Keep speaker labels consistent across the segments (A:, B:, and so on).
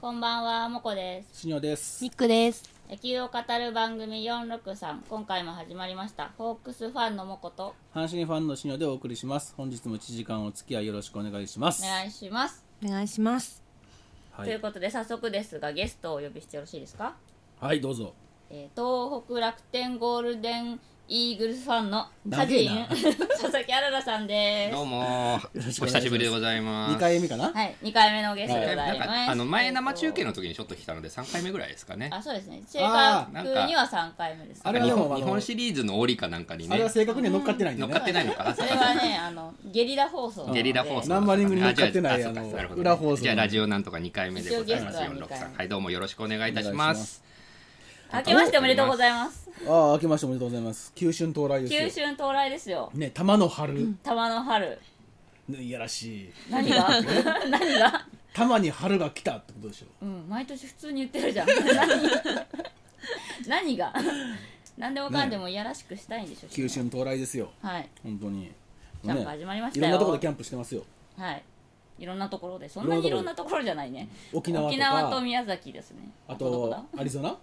A: こんばんは、もこです。
B: しにょです。
C: ニックです。
A: 野球を語る番組463、今回も始まりました。ホークスファンのもこと、
B: 阪神ファンのしにょでお送りします。本日も1時間お付き合いよろしくお願いします。
A: お願いします。
C: お願いします。
B: は
A: という
B: い、
A: ことで、早速ですが、ゲストをお呼びしてよろしいですか、
B: はい、どうぞ。
A: えー東北楽天ゴールデンイーグルスファンの歌
B: 長え
A: 人
B: な、
A: 佐々木あららさんで
D: どうも
B: ろ
D: お
B: しくお願いします
D: 久しぶりでございます
B: 2回目かな
A: す。。はい、2回目のゲストでござ
D: ないん
A: ます。
D: かあの前生中継の時にちょっと来たので3回目ぐらいですかね
A: あ、そうですね。正
B: あ
A: 確
B: ー
A: には3回目です。
B: あ
A: あ
B: れ
A: れ
B: は
D: 日
B: でも
D: 本
B: あ
D: 日
B: の
D: 本シリーズの折かなんかに
B: あれ
D: ね
B: は正確には乗っかってないんだ
D: 乗
B: よね。
D: っかってないのかあそうか
A: はね、あの、ゲリラ放送なので。
D: ゲリラ放送
B: ナンバリングに乗っかってない
D: あじゃあ
B: あの
D: そうかそうか
B: 裏放送
D: じゃあラジオなんとか2回目でござい
A: 一応ゲ
D: ます
A: ストは二回
D: 463はいどうもよろしくお願いいたします
A: 明けましておめでとうございます。
B: ああ、明けましておめでとうございます。九春到来
A: 九
B: ですよ。
A: 春到来ですよ。
B: ね、玉の春、
A: 玉の春。
B: ねいやらしい。
A: 何 が何が
B: 玉に春が来たってことでしょ。
A: うん、毎年普通に言ってるじゃん。何何が何でもかんでもいやらしくしたいんでしょ。
B: 九春到来ですよ。
A: はい。
B: 本当に。
A: キャンプ始まりました
B: いろ
A: よ
B: んなところでキャンプしてますよ。
A: はい。いろんなところで、そんなにい
B: い
A: ろ
B: ろ
A: ん
B: ん
A: な
B: な
A: ところじゃないね。
B: 沖縄とか
A: と宮崎ですね。
B: あ
A: どことだ、
B: アリゾナ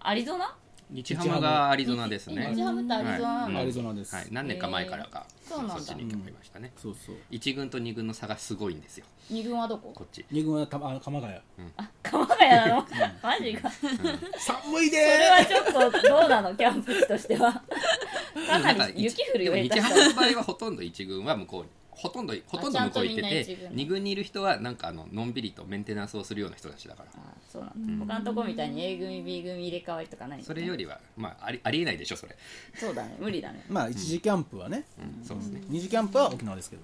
A: アリゾナ
D: 日ハムがアリゾナです
A: 日日
D: ね
A: ハムってアリゾナな
D: うんん
A: だ
B: アリゾナです。
D: はい何年か前からか
A: そうなんだ
D: そっちに行きましたね
B: そうそう。
D: 1軍と2軍の差がすごいんですよ
A: 二軍はどこ
D: こっち
B: 二軍はたあの鎌ヶ谷。
A: あ、鎌ヶ谷なのマジか。そ
B: 寒いで
A: れはちょっとどうなのキャンプ地としては。かなり雪降るよ、
D: でも
A: 下手
D: 日
A: し
D: ハ
A: たら
D: ムの場合はほとんど一軍は向こうにほとんどほとんど向こう行っ
A: あちゃんとみん
D: て
A: な一
D: て
A: 軍
D: 二軍にいる人はなんかあののんびりとメンテナンスをするような人たちだから
A: あそうなんだ。他のとこみたいに A 組、B 組入れ替わりとかないんだね
D: それよりはまあありありえないでしょそれ、
A: そうだね、無理だね。
B: まあ、一時キャンプはね、
D: うん、そうですね
B: 二次キャンプは沖縄ですけど。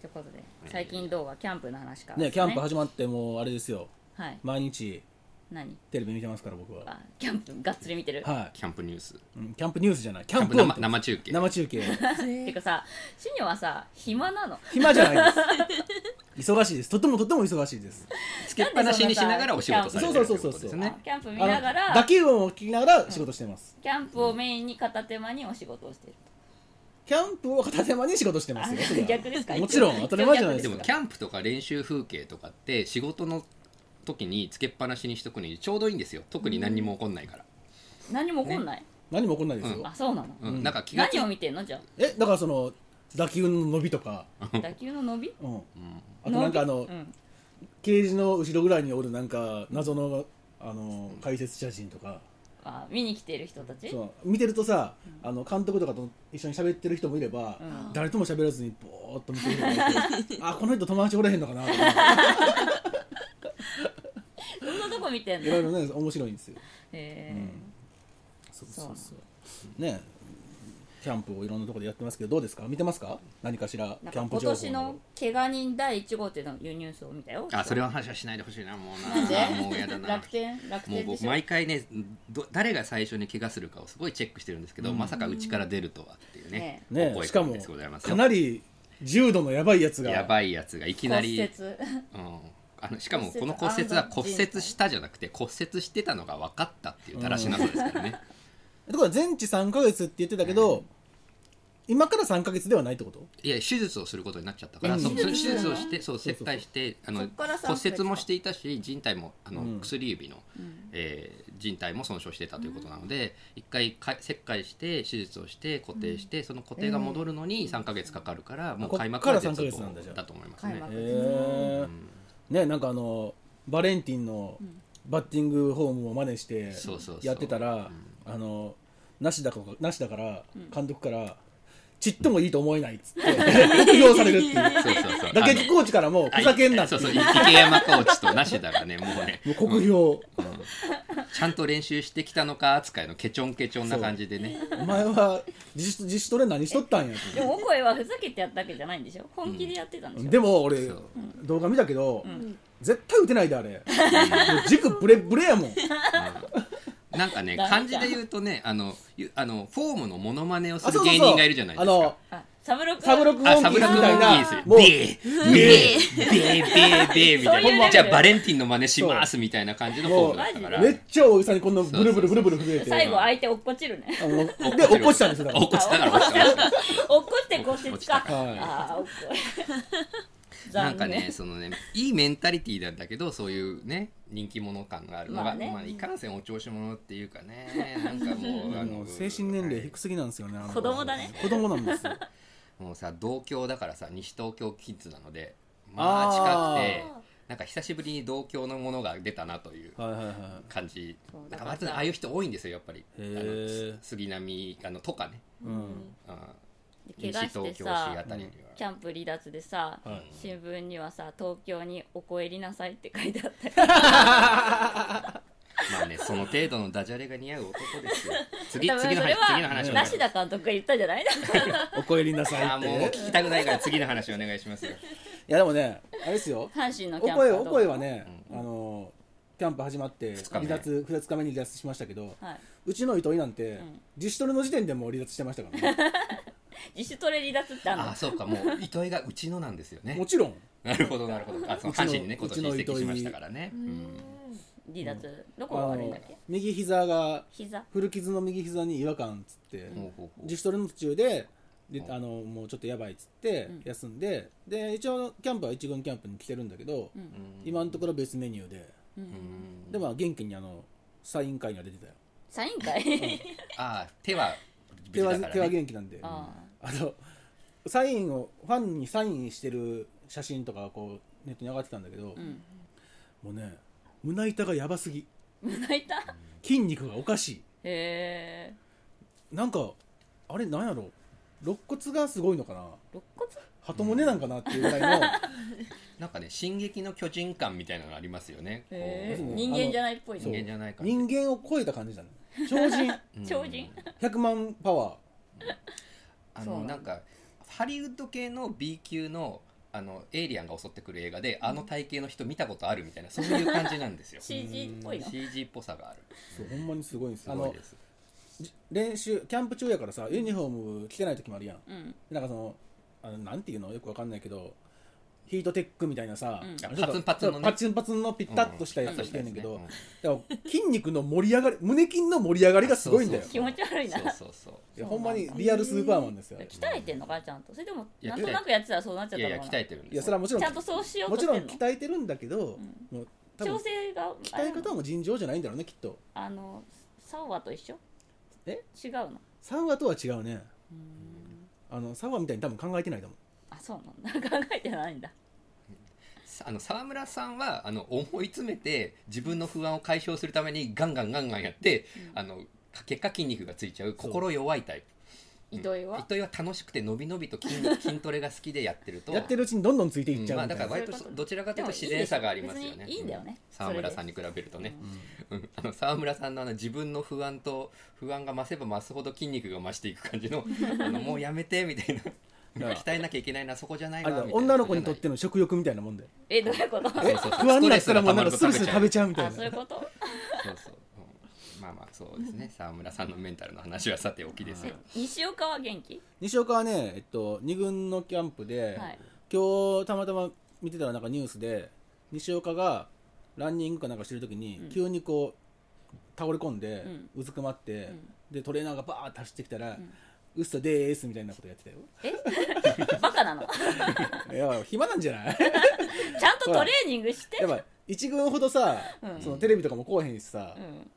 A: ということで、最近どうはキャンプの話から、
B: ね、キャンプ始まってもうあれですよ。
A: はい。
B: 毎日
A: 何
B: テレビ見てますから僕は
A: あ、キャンプがっつり見てる。
B: はい
D: キャンプニュース
B: うんキャンプニュースじゃないキャ
D: キャ
B: ン
D: ンプ
B: プを
D: 生生中継
B: 生中継
A: てかさ、シニョはさ、暇なの。
B: 暇じゃないです忙しいですとてもとても忙しいです
D: つけっぱなしにしながらお仕事されてると
B: そ
D: いうう
B: そうそうそ
D: こと
B: う
D: です
B: そう
D: ね
A: キャンプ見
B: あの
A: なが
B: 打
A: ら、
B: 球音を聞きながら仕事してます、
A: キャンプをメインに片手間にお仕事をしてる。
B: キャンプを片手間に仕事してますよ
A: あ
B: それは
A: 逆ですか
B: もちろん当たり前じゃないで
D: ですも
B: か
D: キャンプとか練習風景とかって仕事の時につけっぱなしにしとくのにちょうどいいんですよ特に何にも起こんないから、
A: 何も起こんない、
B: 何も起こんないですよ、
D: う
A: あ、そうなの。
D: うんなんか気がつ
A: 何
D: い
A: を見てんのじゃ
B: えだからその打球の伸びとか、
A: あ。打球の伸び
B: うん、あ
A: 伸
B: と
A: び
B: なんかあの、
A: うん
B: ケージの後ろぐらいにおるなんか謎のあの解説写真とか
A: あ見に来てる人たち
B: そう見てるとさ、あの監督とかと一緒に喋ってる人もいれば、
A: うん
B: 誰とも喋らずにぼーっと見てる人がいてあこの人友達おれへんのかなとか
A: そんなとこ見てん
B: いろい
A: の
B: ろね面白いんですよ、
A: へ
B: そうそうそうねキャンプをいろんなところでやってますけどどうですか見てますか何かしら
A: え
B: キャ
A: 今
B: ンプ情報
A: 年の怪我人第1号っていうのいうニュースを見たよ
D: あそれは話はしないでほしいなもう
A: なんで
D: なもうやだな
A: 楽天楽天
D: もう
A: で
D: 僕
A: しょ
D: 毎回ねど誰が最初に怪我するかをすごいチェックしてるんですけど、まさかうちから出るとはっていうねお
B: ね
D: 声
B: しか
D: 掛
B: も
D: けでございます
B: かなり重度のやばいやつが
D: やばいやつがいきなり、うん、
A: 骨折
D: あのしかもこの骨折は骨折したじゃなくて骨折してたのが分かったっていうだらしなさですからね、
B: ところが全治3か月って言ってたけど、今から3か月ではないってこと
D: いや手術をすることになっちゃったから、
B: うん
D: そその手術をし
A: う
D: てそう
B: そうそう
D: 接待してあの
A: そっから三ヶ
D: 骨
A: 月
D: 折もしていたし人体もあの、
B: うん
D: 薬指の、えー人体も損傷してたということなので、一回か切開して手術をして固定して、その固定が戻るのに3か月かかるから、も
B: こ
D: う
B: っ
D: 開幕は
B: から三ヶ
D: 絶望
B: 月なんだじゃあ
D: だと思います
A: 開
D: ね
A: 幕。
B: へえねなんかあのバレンティンのバッティングフォームを真似して
D: そうそうそう
B: やってたらあのなしだかなしだから監督からちっともいいと思えないっつって 悪用されるっていう
D: そうそうそう
B: 打撃コーチからも
D: あ
B: ふざけんなって
D: そう
B: いう
D: そう
B: も
D: 池山コーチと梨田がねもうね
B: う酷評
D: ちゃんと練習してきたのか扱いのケチョンケチョンな感じで ね
B: お前は自主自主トレ何しとったんや
A: でもお声はふざけてやったわけじゃないんでしょ本気でやってたんでしょ、
B: でも俺
D: そう
B: 動画見たけど絶対打てないであれ軸ブレブレやもん
D: なんかね
A: ダメ
D: 漢
A: じゃ
D: 字
A: ん
D: で言うとねあのゆあのフォームのモノマネをす
B: あそ
D: る
B: うそう
D: 芸
B: そう
D: 人がいるじゃない
B: あ
D: ですか
B: の
A: あサブロック
B: サブロックモンキーズみ
D: サブラックモンキ
B: たい
D: ー
B: な
D: ズ
B: もう
D: でででででみた
A: そういうレ
D: い
A: ベ
D: な
A: ル
D: じゃあバレンティンの真似しますみたいな感じのフォームだったから
B: めっちゃ大げさにこんなブルブルブルブル震えて
A: 最後相手落っこちる ね
B: あので起こしたんですよだから
D: 落っこちたから落ちた
A: 落っこって骨折か
D: 落ちた
A: あ
B: はい
A: あー落っこ残
D: なん
A: 念
D: かねそのねいいメンタリティーなんだけどそういうね人気者感があるのが、
A: ま
D: ま
A: あ
D: あ
A: ね
D: いかんせんお調子者っていうかねなんかもうあ
B: も
D: の
B: う精神年齢
D: はい
B: 低すぎなんですよねあの子
A: 子供だね
B: 子供なんで すよ
D: もうさ同郷だからさ西東京キッズなのでまあ
B: あー
D: 近くてなんか久しぶりに同郷のものが出たなという
B: はいはいはい
D: 感じ
A: そう
D: な
A: だか
D: んからまずああいう人多いんですよやっぱりあ
B: へー
D: の杉並あのとかね、
B: う
A: うんん
D: うん、
A: で怪
D: 西
A: 我
D: 東
A: して
D: 京市
A: さ
D: あたりには、
A: キャンプ離脱でさ、
B: はい
A: 新聞にはさ「東京にお帰りなさい」って書いてあったよ
D: まあねその程度のダジャレが似合う男ですよ次
A: 多分そ
D: 次の
A: れ
D: 話次
A: は
D: の話お願いし
A: 梨
D: ます
A: 田監督が言ったんじゃない
B: お帰りなさい
D: あー
B: っ
D: もう聞
B: て
D: きたくないから次の話お願いしますよ
B: いやでもねあれですよ
A: 阪神の
B: お
A: キャンプ
B: 声
A: は
B: お
A: どう
B: 声はね、あのキャンプ始まって
D: 二日
B: 離
D: 目
B: 脱二日目に離脱しましたけど
A: はいう
B: ちの糸井なんて、
A: ん
B: 自主トレの時点でもう離脱してましたか らね
A: 自主トレ離脱ってあんの
D: ああそうかもう糸井がうちのなんですよね
B: もちろん
D: なるほどなるほどあその
B: うちの
D: 阪神にね今年移
B: うちの糸井
D: 籍しましたからねうん
A: 離脱、ど
B: あ
A: こが悪いん
B: の
A: だっけ
B: 右膝が
A: 膝
B: 古傷の右膝に違和感っつって、
D: ほうほうほう
B: 自主トレの途中でで
D: うん
B: あのもうちょっとやばいっつって
A: うん
B: 休んで、で一応キャンプは一軍キャンプに来てるんだけど、
A: うん
B: 今のところ別メニューで、
A: うん
D: うん
B: でもまあ元気にあのサイン会には出てたよ
A: サイン会
D: ああ手は無
B: 手
D: 事
B: は
D: だから、ね、
B: 手は元気なんであ
A: あ
B: のサインをファンにサインしてる写真とかがこうネットに上がってたんだけど、
A: あうん
B: もうね胸板がやばすぎ
A: 胸痛へ
B: 筋肉がおかしい
A: え
B: なんかあれなんやろ肋骨がすごいのかな
A: 肋骨
B: 鳩胸なんかなっていうぐらい の、
D: なんかね「進撃の巨人感」みたいなのがありますよねこう
A: へえ
B: そう
A: 人間じゃないっぽい
D: 人
A: ね
D: 間じゃないから
B: 人間を超えた感じだね超人
A: 超人
B: 100万パワ
D: あ
A: そう
D: の
A: なんだ
D: なんかハリウッド系の B 級のあのエイリアンが襲ってくる映画であの体型の人見たことあるみたいなそういう感じな んですよ
A: CG っぽいの
D: CG っぽさがある
B: ーそうほんまにすごいんです
D: す
B: よあ
D: ごい
B: の
D: です
B: じ練習キャンプ中やからさユニフォーム着てない時もあるやん
A: うん
B: なんかそのあのなんていうのよくわかんないけどヒートテックみたいなさ、
A: うん
B: あのちょっと
D: パツンパツンのね
B: パツンパツンのピタッとしたやつ着てんねんけど、
D: うん
B: だから筋肉の盛り上がり胸筋の盛り上がりがすごいんだよ
D: そう
A: 気 持ち悪いな
D: そうそうそう
B: いやほんまにリアルスーパーマンですよ
A: 鍛えてんのかちゃんとそれでも
D: いや
A: なんとなくやってたらそうなっちゃっ
D: い
A: た
D: やい
A: の
D: や
A: かな
D: 鍛えてるんです
B: いやそれはもちろん
A: ちゃんとそうしよう
B: も
A: と
B: ち
A: し
B: ろ
A: て
B: ん
A: んの
B: 鍛えてるんだけど、もう多
A: 調
B: 分
A: 整があ
B: 鍛
A: れ
B: え
A: なの
B: 方も尋常じゃないんだろうねきっと
A: あのサワーと一緒
B: え
A: 違うの
B: サワとは違うねあのサワみたいに多分考えてないと思う
A: あそうなんだ考えてないんだ
D: さあの沢村さんはあの思い詰めて自分の不安を解消するためにガンガンガンガンやって、あの結果筋肉がついちゃう心弱いタイプ
A: 糸井は
D: 糸井は楽しくてのびのびと筋肉筋トレが好きでやってると
B: やってるうちにどんどんついていっ
D: う
B: ち
D: ん
B: ゃ
D: ま
B: う
D: あ
B: みた
D: だ
B: い
D: か
B: な、
D: ら割と
A: そうい
D: そ
A: うこと
D: どちらかというと自然さがありますよね
A: 別にいいんだよね
D: うん沢村さんに比べるとね、うんあの沢村さんのあの自分の不安と不安が増せば増すほど筋肉が増していく感じのあのもうやめて みたいな
B: ら
D: 鍛えなきゃいけないなそこじゃない
B: あれ
D: わ
B: だ
D: みたいな
B: 女の子にとっての食欲みたいなもんで
A: えどういうこと
D: そうそうそう
B: 不安になったらもうなんか
D: ス
B: ス
D: トレ
B: ル
D: ス
B: スル
D: が溜
B: 食
D: まる
B: べ
D: と
B: ちゃうみた
A: あ
B: い
A: そうい
B: な
A: うこと
D: そうそう、うんまあまあそうですね沢村さんのメンタルの話はさておきですよ
A: 西岡は元気
B: 西岡はね、えっと、2軍のキャンプで、
A: はい
B: 今日たまたま見てたらなんかニュースで西岡がランニングかなんかしてる時に、
A: うん
B: 急にこう倒れ込んで、
A: うん
B: うずくまって、
A: うん
B: でトレーナーがバーッと走ってきたら
A: ん
B: 「うっそでーす」みたいなことやって たよ
A: バカなの
B: いや暇なんじゃない
A: ちゃんとトレーニングして
B: やっぱ一軍ほどさ、
A: うん
B: そのテレビとかもこうへんしさ
A: う、ん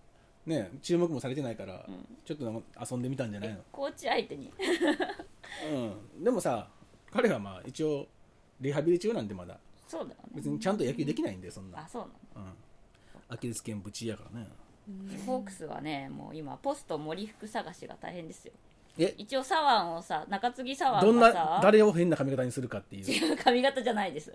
B: ね、注目もされてないから、
A: うん
B: ちょっとなんか遊んでみたんじゃない
A: え
B: の
A: コーチ相手に
B: うん、でもさ彼はまあ一応リハビリ中なんでまだ
A: そうだよね
B: 別にちゃんと野球できないんでそん
A: あ
B: な、
A: そうな
B: うん、アキレス腱ぶちやからね
A: のホークスはねもう今ポスト森福探しが大変ですよ
B: え
A: 一応サワンをさ中継ぎサワ
B: ど
A: ン
B: ん
A: が
B: な
A: さ
B: 誰を変な髪型にするかって いう
A: 違う髪型じゃないです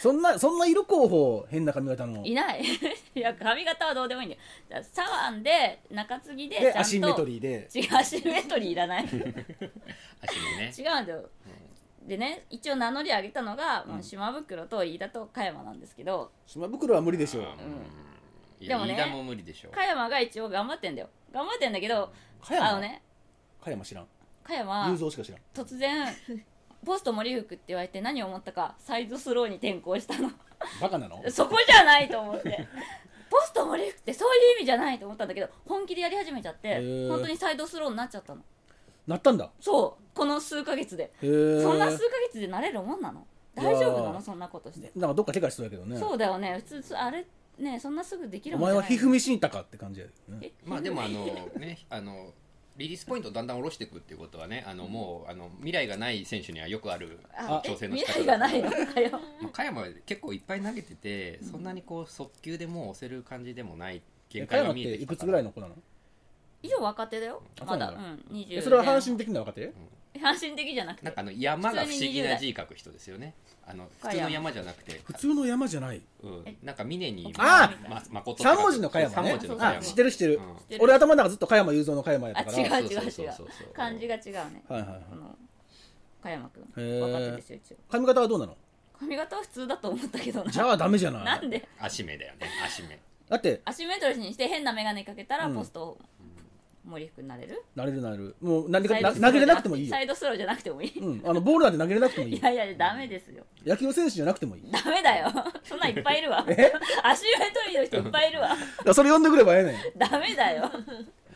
B: そんなそんな色候補変な髪型の
A: いない いや髪型はどうでもいいんだよだからサワンで中継ぎでちゃん
B: で
A: と
B: アシンメトリーで
A: 違うアシンメトリーいらない違うん
D: 足にね
A: だよでね一応名乗り上げたのが、まあ島袋と飯田と加山なんですけど
B: 島袋は無理でしょう
D: うんい
A: で
D: や
A: もね
D: 飯田も無理でしょう
A: 加山が一応頑張ってんだよ頑張ってんだけど
B: 加
A: あの
B: 山、
A: ね
B: 加山知らん
A: 加山
B: 雄三しか知らん
A: 突然ポスト森福って言われて何を思ったかサイドスローに転向したの
B: バカなの
A: そこじゃないと思ってポスト森福ってそういう意味じゃないと思ったんだけど本気でやり始めちゃって
B: ー
A: 本当にサイドスローになっちゃったの
B: なったんだ
A: そうこの数ヶ月で
B: へえ
A: そんな数ヶ月でなれるもんなの大丈夫ない
B: や
A: の
B: ー
A: そんなことして、
B: なんかどっか怪我しそうだけどね
A: そうだよね普通つあれねそんなすぐできる
B: お
A: もん
B: 前
A: じゃ
B: は
A: ない
B: ひふみしんたかって感じやけどね
A: え
D: まあでもあのねあのリリースポイントをだんだん下ろしていくっていうことはねあのもうあの未来がない選手にはよくある
A: あえ
D: 調整の仕方
A: 未来がないのか よ
D: まあ、加山は結構いっぱい投げてて、そんなにこう速球でもう押せる感じでもない限
B: 加
D: 界が
B: 山っ
D: 見
B: て
D: えてき
B: い
D: た
B: く
D: か
B: つ
D: ら
B: ぐらいの子なの
A: 以上若手だよ
B: あそ
A: ま
B: うな
A: だ
B: んだ
A: うん
B: え
A: 20
B: それは阪神的な若手
A: 前半半身的じゃなく
D: な
A: て
D: んかあの山が不思
A: 普通
D: 議
A: に20
D: な
A: 代
D: 字書く人ですよねあの
A: 加山
D: 普通の山じゃなくて
B: 普、通の山じゃない
D: うん、なんか峰に
B: あ
A: ー
D: ま、誠って書
B: 三
D: く
B: 文字の加山
D: 三
B: ね
D: 文字の加
B: あ
D: 山
B: 知ってる知ってる
D: うん
A: てる
B: 俺頭の中ずっと加山雄三の加山やっ
A: あ
B: たから
A: 違う違う
D: そ
A: 違
D: う
A: う
D: そうそうそう
A: 漢字が違うね
B: はいはいはい
A: あの加山君
B: へー
A: 若手ですよ一応
B: 髪型はどうなの
A: 髪型は普通だと思ったけどな
B: じゃあダメじゃない
A: なんで
D: 足目だよね足目
B: だって
A: アシンメトロシーにして変な眼鏡かけたら
B: うん
A: ポスト森福になれる、
B: なれるなれるもう何でか
A: サイ
B: な
A: ド
B: 投
A: スロー
B: げれなくてもいいよ
A: サイドスローじゃなくてもいい、
B: うんあのボールなんて投げれなくてもいい
A: い
B: よ
A: やいやダメですよ
B: 野球選手じゃなくてもいい
A: ダメだよそんなんいっぱいいる わアシンメトロシーの人いっぱいいるわ
B: だからそれ呼んでくればええねん
A: ダメだよ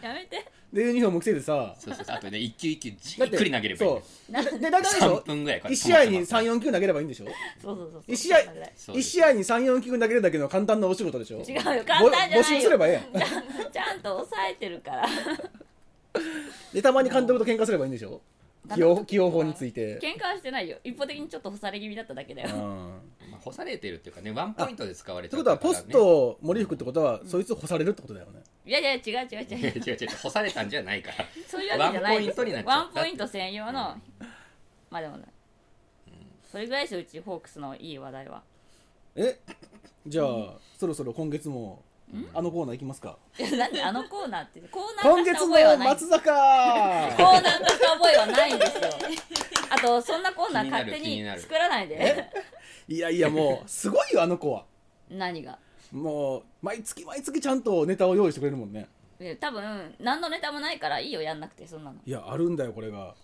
A: やめて
B: でユニフォーム着ててさ
D: そうそうそうあとね一球一球じ
B: だ
D: っくり投げればいいん
B: そ
D: です
B: うでで大体でし
D: 3
B: ょ
D: 分ぐらいこうや
B: 1
D: って
B: 試合に
D: 止まって
B: 34球投げればいいんでしょ
A: そうそうそうそう
B: 一試合
A: そんなぐらい
D: そう
B: 1
D: です
B: 試合に34球投げれるだけの簡単なお仕事でしょ
A: 違うよ簡単じゃないよ
B: ぼ募集すればええやん
A: ちゃんと抑えてるから
B: でたまに監督と喧嘩すればいいんでしょ起用起用法について
A: 喧嘩はしてないよ一方的にちょっと干され気味だっただけだよ
B: うん
D: まあ干されてるっていうかねワンポイントで使われ
B: ってて
D: る
B: ことはポス
D: ね、
B: ト森福ってことはそいつ干されるってことだよね
A: いやいや違う違う違う
D: 違う違う違う干されたんじゃないから
A: そういうわけじゃないです
D: ワンポイントになっちゃう
A: ワンポイント専用の、まあでもね、それぐらいですようちホークスのいい話題は
B: えじゃあ、そろそろ今月もあのコーナー行きますか
A: いやなんであのコーナーってコーナ
B: 今
A: ー化した
B: 月
A: 覚えはない
B: の
A: コ
B: 松坂
A: ーナー化した覚えはないんですよあとそんなコーナー勝手
D: 気に
A: に
D: なる気にな
A: 作
D: る
A: らないで
B: いやいやもうすごいよあの子は
A: 何が
B: もう毎月毎月ちゃんとネタを用意してくれるもんね
A: いや多分何のネタもないからいいよやんなくてそんなの
B: いやあるんだよこれが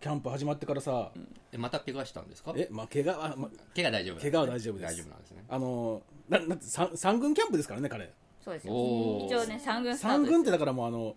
B: キャンプ始まってからさ、
D: えまた怪我したんですか
B: えまあ怪我は、ま
D: 怪我大丈夫なんですね
B: 怪我は大丈夫です
D: 大丈夫なんですね
B: あのななんて三三軍キャンプですからね彼
A: そうですよ
D: おー
A: 一応ね三軍スタート
B: 三
A: ですよ
B: 軍ってだからもうあの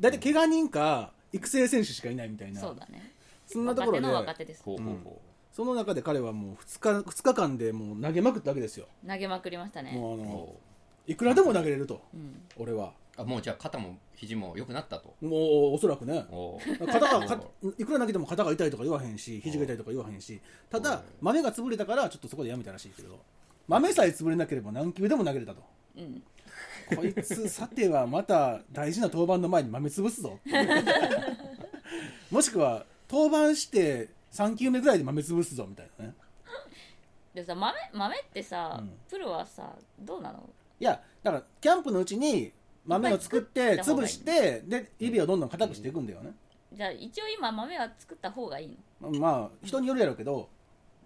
B: 大体怪我人か育成選手しかいないみたいな
A: そうだね
B: そんなところ
A: 若
B: で
A: 手の若手です
D: ほうほうほ
B: その中で彼はもう2日 ,2 日間でもう投げまくったわけですよ、
A: 投げまくりましたね
B: もうあ
D: う
B: の
D: ほ
B: いくらでも投げれると、
A: うん
B: 俺は
D: うあもうじゃあ肩も肘も良くなったと
B: もうおそらくね
D: おー
B: 肩が
D: お
B: かいくら投げても肩が痛いとか言わへんし肘が痛いとか言わへんしただ豆が潰れたからちょっとそこでやめたらしいけど豆さえ潰れなければ何球でも投げれたと
A: うん
B: こいつさてはまた大事な登板の前に豆潰す ぞもしくは登板して3球目ぐらいで豆潰すぞみたいなね
A: でもさ豆豆ってさ、
B: うん
A: プロはさどうなの
B: いやだからキャンプのうちに豆を作って
A: やっぱり作
B: 潰
A: っ
B: したてで指をどんどん硬くしていくんだよね、
A: じゃあ一応今豆は作った方がいいの
B: まあ人によるやろうけど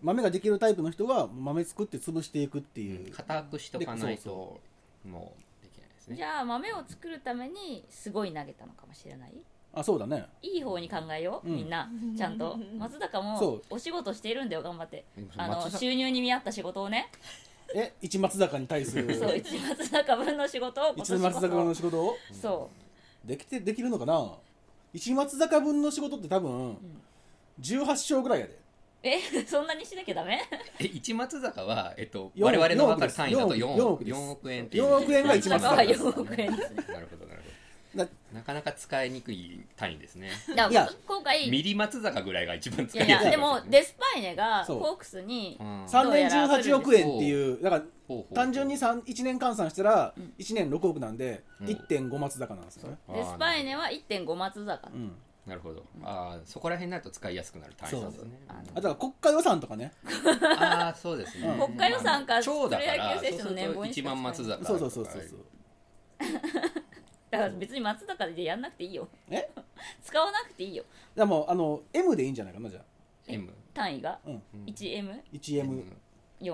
B: 豆ができるタイプの人は豆作って潰していくっていう、
D: 硬くしとかない
B: でそう
D: ともうできないです
A: じ
D: ね
A: ゃあ豆を作るためにすごい投げたのかもしれない
B: あそうだね
A: いい方に考えよう、
B: うん
A: みんなちゃんと松坂
B: そ
A: も
B: う
A: お仕事しているんだよ頑張って
D: でもその
A: あの
D: 松坂
A: 収入に見合った仕事をね
B: え一松坂に対す る
A: そう一松坂分の仕事を今
B: 一
A: 年こ
B: 松
A: そ
B: 坂の仕事を
A: そ
B: できてできるのかな一松坂分の仕事って多分18勝ぐらいやで
A: うえ そんなにしなきゃダメ
D: え一松坂は、えっと、
B: 四
D: 我
B: 億
D: 々の分かる単位だと
B: 四
D: 4
B: 億
D: 億
B: です
D: 四億円
B: 四億円が一
A: 松坂
B: 松坂
A: は
B: です
A: 4億円ですね
D: なるほどなるほ
B: な
D: どなかなか使いにくい単位ですね
A: だ
B: い
A: から
B: や
A: 今回い
D: ミリ松坂ぐらいが一番使
A: や
D: い
A: い
D: にくい
A: やでもデスパイネが
B: そう
A: ホークスに
D: うん
B: 3年18億円っていうだから
D: ほうほうほう
B: 単純に1年換算したら
A: ん
B: 1年6億なんで
D: うん
B: 1.5松坂なんですよね、
D: あー
A: デスパイネは1.5松坂
B: うん、
D: なるほどあーそこら辺になると使いやすくなる単位なんですね
A: そう
B: あとは国家予算とかね
D: ああそうですね
B: うん
A: 国家予算か
D: 超だから
A: プロ野球選手の年俸にし
D: 一
A: か使えない
D: 番松坂
B: そうそうそうそうそう
A: だから別に松坂でやんなくていいよ
B: え
A: 使わなくていいよ
B: でもあの M でいいんじゃないかなじゃ
D: M
A: 単位が
B: あ、うん、
A: 1M4
B: 1M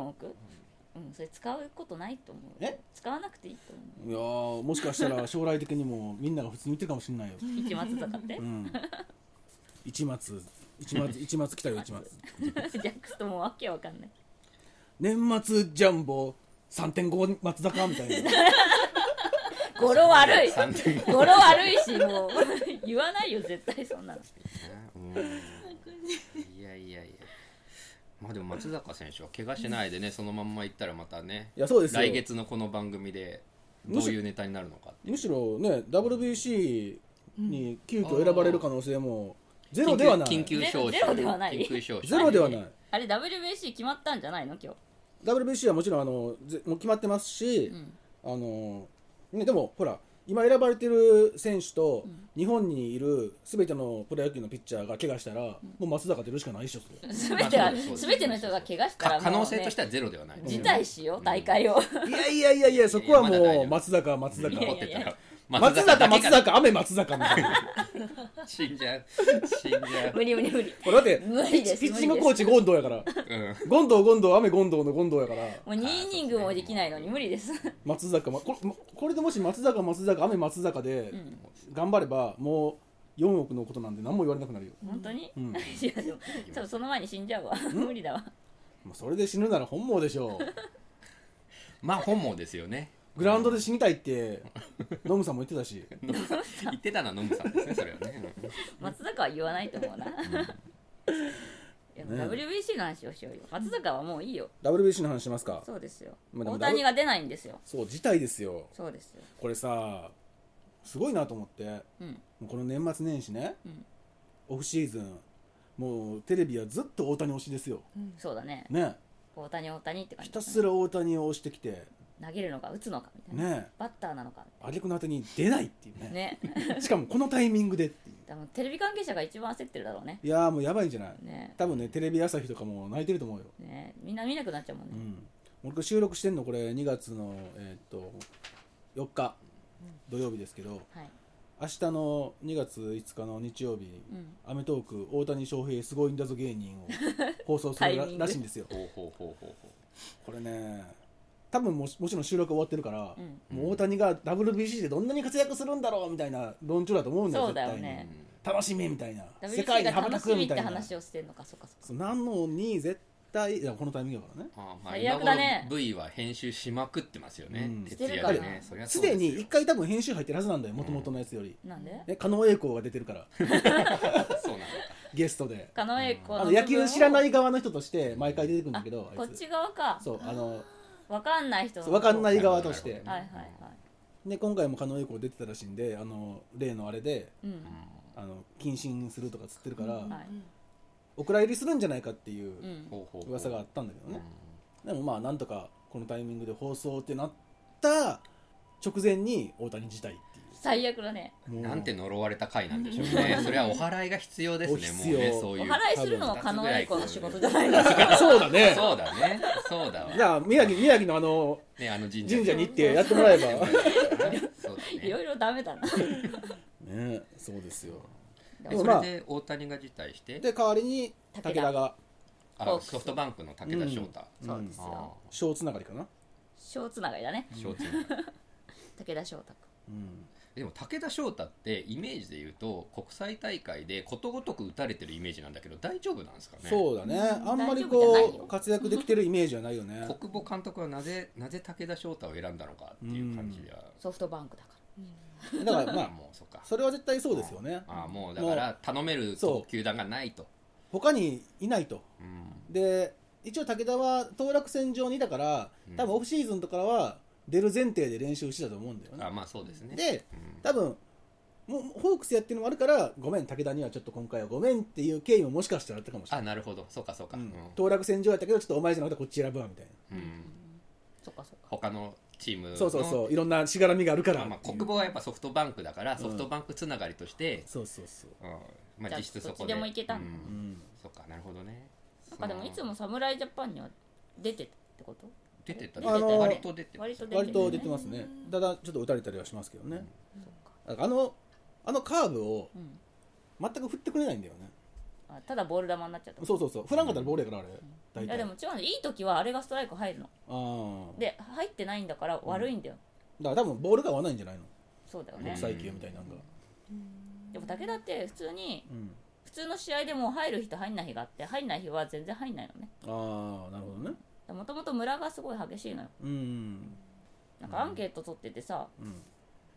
A: 億うんそれ使うことないと思う
B: え
A: 使わなくていいと思
B: いやーもしかしたら将来的にもみんなが普通に言ってるかもしれないよ、
A: う一松坂って
B: うん、一松一 松一松来たよ一松
A: ジャックスともうわけわかんない
B: 年末ジャンボ3.5松坂みたいな
A: 語呂悪い
D: 三点五
A: 語呂悪いしもう 言わないよ絶対そんなの
D: うんいやいやいやまあでも松坂選手は怪我しないでねそのまんま行ったらまたね
B: いやそうですよ
D: 来月のこの番組でどういうネタになるのかっていう
B: むしろね WBC に急遽選ばれる可能性もゼロではない
D: 緊急緊急招集
A: ゼロではない
D: 緊急招集
B: ゼロではない
A: あれ WBC 決まったんじゃないの今
B: WBC はもちろんあのぜもう決まってますし
A: 日、う、ん
B: あのね、でもほら今選ばれてる選手と
A: うん
B: 日本にいる全てのプロ野球のピッチャーが怪我したら、もう松坂出るしかないでしょそれ
A: 全ては
D: まあそうです
A: 全ての人が怪我したらも
D: か
A: う
D: 可
A: ね
D: 能性としてはゼロではない
A: 辞退しよ
D: う
A: うん大会を
B: いやいやいやいやそこは
D: まだ大丈
B: もう
D: 夫
B: 松坂松坂
A: いやいや
D: 残ってたら
B: 松坂松
D: だけ
B: 坂雨松坂みたいな
D: が死んじゃう死んじゃう
A: 無理無理無理
B: これだって
A: 無理です
B: ピッチングコーチゴンドウやから
D: うん
B: ゴンドウゴンドウ雨ゴンドウのゴンドウやから
A: もう2イニングもできないのに無理です
B: 松坂、ま、これまこれでもし松坂松坂雨松坂で
A: うん
B: 頑張ればもう4億のことなんで何も言われなくなるよ、
A: 本当に、
B: うん
A: いやでもちょっとその前に死んじゃうわ 無理だわ
B: まあそれで死ぬなら本望でしょう
D: まあ本望ですよね
B: グラウンドで死にたいってノムさんも言ってたし
D: ノムさん言ってたのはノムさんですねそれはね
A: 松坂は言わないと思うないや
B: ね
A: WBC の話をしようよ松坂はもういいよ
B: WBC の話しますか
A: そうですよ
B: まあでも
A: 大谷が出ないんですよ
B: そう事態ですよ
A: そうですよ
B: これさすごいなと思って
A: うん
B: もうこの年末年始ね、
A: うん
B: オフシーズンもうテレビはずっと大谷推しですよ、
A: そうだね
B: ね
A: 大谷大谷って感
B: ひ
A: じ
B: たすら大谷を推してきて
A: 投げるのか打つのかみたいな、
B: ね
A: バッターなのか
B: 挙句の果てに出ないっていうね
A: ね
B: しかもこのタイミングでってい
A: 多分テレビ関係者が一番焦ってるだろうね
B: ういやーもうやばいんじゃない
A: ね
B: 多分ねテレビ朝日とかも泣いてると思うよ、
A: ねみんな見なくなっちゃうもん
B: う
A: ね、
B: ん、俺これ収録してんのこれ2月の、えーっと4日土曜日ですけど
A: はい、
B: 明日の2月5日の日曜日
A: うん、
B: アメトーーク大谷翔平すごいんだぞ 芸人を放送するら
A: タイミング
B: らしいんですよ
D: ほうほうほうほうほう
B: これね多分もしもちろん収録終わってるから、
A: うん
B: もう大谷が WBC でどんなに活躍するんだろうみたいな論調だと思うんだよ
A: そうだよ
B: 絶対に
A: ね
B: 楽しみみたいな世
A: WBC
B: 界に
A: が
B: 羽ばた
A: 楽
B: く
A: しみ
B: み
A: ったて
B: いな
A: 話をしてるのかそうかそうか
B: そうなのに絶対いやこのタイミングだからね
D: ああまあ
A: 最
D: 今
A: 悪だね
D: 頃 V は編集しまくってますよね
B: うん
D: 徹
A: してる
D: 夜
A: か
D: で
A: ら
D: ねそりゃ
B: す
D: そう
B: ですに
D: よ
B: 1回多分編集入ってるはずなんだよもともとのやつより、
A: なんで
B: ね、加納栄光が出てるから
D: そうなんだ
B: ゲストで
A: 狩野英孝の
B: あの野球知らないい側の人として毎回出てくるんだけど
A: こ
B: あい
A: っ
B: つ
A: ち側か
B: そうあの
A: わかんない人
B: そうわかんない
A: は
B: 側として
D: なるほど
A: いはい
D: ね
A: はい
B: で今回も狩野英孝出てたらしいんであの例のあれで
A: うん
B: あの謹慎するとかつってるから、
A: はい
B: お蔵入りするんじゃないかっていううん
D: ほうほうほう
B: 噂があったんだけ
D: う
B: ど
D: ん
B: ね、でもまあなんとかこのタイミングで放送ってなった直前に大谷自体ってい
A: 最悪だね
B: うもう
D: なんて呪われた回なんでしょうねそれはお�払いが必要ですねもうね
B: お必要
D: そう
A: お
D: いう
A: 払いするのも
D: 多分
A: 狩野英孝の仕事じゃないの
B: そうだね
D: そうだねそうだわ
B: じゃあ宮城宮城のあの
D: ねあの神社
B: 神社に行って
A: そう
B: やってもらえば
D: そうだ
A: いろ
D: ね
A: いろダメだな
B: ねそうですよ
D: で
B: も
D: そ
B: まあ
D: れで大谷が辞退して
B: で代わりに
A: 武田
B: 武田が
D: あ
A: ホークス
D: ソフトバンクの武田翔太
B: うん
A: そうです
D: あ
A: よ
B: 小つながりかな、
A: 小つながりだね
D: あ翔太
A: 武田翔太
B: うん、
D: でも武田翔太ってイメージで言うと国際大会でことごとく打たれてるイメージなんだけど大丈夫なんですかね
B: そうだね
A: うん
B: あんまり
A: 大丈夫じゃない
B: こ
A: よ
B: う活躍できてるイメージはないよね
D: 国保監督はなぜなぜ武田翔太を選んだのかっていう感じでは、
A: ソフトバンクだから
B: だからま
D: まあ
B: あ
D: もうそっか
B: それは絶対そうですよね
D: ああもうだから頼める
B: そう
D: 球団がないと
B: 他にいないと
D: うん
B: で一応武田は当落線上にいたから
D: うん
B: 多分オフシーズンとかは出る前提で練習してたと思うんだよ
D: あ
B: ね
D: まあそうですね
B: で
D: うん
B: 多分もうホークスやってるのもあるからごめん武田にはちょっと今回はごめんっていう経緯ももしかしたらあったかもしれ
D: あ
B: ない
D: なるほどそうかそうか、
B: う
D: うんん
B: 当落線上やったけどちょっとお前じゃなくてこっち選ぶわみたいな
D: うん
A: そっかそっか
D: 他のチームの
B: そうそうそういろんなしがらみがあるから
D: まあまあ、国防はやっぱソフトバンクだからソフトバンクつながりとして、
B: そうそうそう
D: うんまあ、実質そ
A: じゃあど
D: こで
A: っちでもいけた
D: うん
A: だ
B: うん
D: そっかなるほどね
A: なんかでもいつも侍ジャパンには出てたってこと
D: 出てた
A: 出
D: ね
A: てたよね
D: 割と出てた
A: 割と出て
B: 割と出て
A: るよね
B: ますねただちょっと打たれたりはしますけどね
A: そっか
B: なんかあのあのカーブを
A: うん
B: 全く振ってくれないんだよね
A: あただボール球になっちゃった
B: そうそうそう振らんかったらボールやからあれ大
A: いや
B: 体
A: で
B: あ
A: も違うのいい時はあれがストライク入るの
B: あ
A: で入ってないんだから悪いんだよ、
B: だから多分ボールが合わないんじゃないの
A: そうだよ
B: 国
A: ね、
B: 際級みたいなのが
A: でも武田って普通に
B: うん
A: 普通の試合でもう入る日と入んない日があって入んない日は全然入んないのね
B: ああなるほどね
A: もともと村がすごい激しいのよ
B: うん
A: なんかアンケート取っててさ
B: うん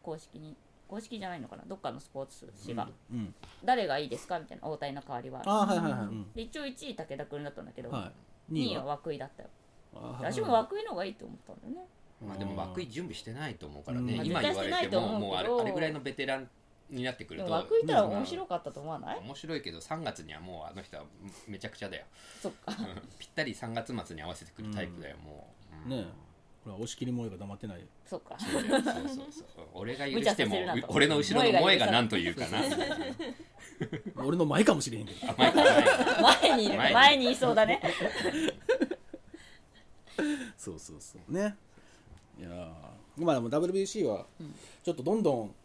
A: 公式に公式じゃないのかなどっかのスポーツ紙が、
B: うん
A: 誰がいいですかみたいな大谷の代わりは
B: ああはいはいはいうん
A: で一応1位武田君だったんだけど、
B: は
A: 2
B: 二
A: 位
B: 位
A: は
B: は
A: 涌井だったよ
B: あー
A: 私も涌井の方がいいと思ったんだよね
D: まあ、でも涌井準備してないと思うからね、
B: うん
D: 今言われても
A: まあ絶対してないと思うけど
D: もうあれあれぐらいのベテランになってく
A: で
D: る
A: も
D: と
A: 涌井いたら面白かったと思わない
D: 面白いけど3月にはもうあの人はめちゃくちゃだよ
A: そっか
D: うんぴったり3月末に合わせてくるタイプだよ、もう、うん
B: ねえほら押し切り萌えが黙ってないよ
A: そっか
D: そうだよそうそうそう俺が許しても
A: 無茶させるなと
D: う俺の後ろの萌えが何と言うかな
B: 俺の前かもしれへんけど
D: あ前か前か
A: 前にいる
D: 前に
A: 前にいそうだ ね
B: そうそうそうねいやーまあでも WBC はちょっとどんどん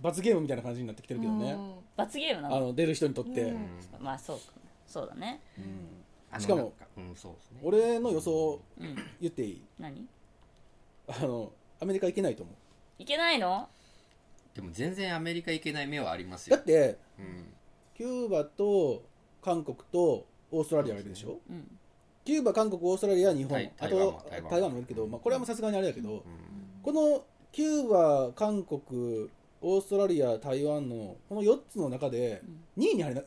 B: 罰ゲームみたいな感じになってきてるけどね、
A: 罰ゲームな
B: あ
A: の
B: の出る人にとって、
C: うん
A: まあそうかそうだね
B: うん
D: あの
B: しかも
D: なんうんそうですね
B: 俺の予想
A: うん
B: 言っていい
A: 何
B: あのアメリカ行けないと思う
A: いけないの
D: でも全然アメリカ行けない目はあります
B: だ
D: よ
B: っ、て
D: うん、
B: キューバと韓国とオーストラリアがいるでしょ
A: うん
B: キューバ韓国オーストラリア日本
D: 台
B: あ
D: 台湾
B: と
D: も台湾も
B: 台湾もいるけど、まあ、これはもうさすがにあれだけど、
D: うん
B: このキューバ韓国オーストラリア台湾のこの4つの中で
A: うん
B: 2位に入らな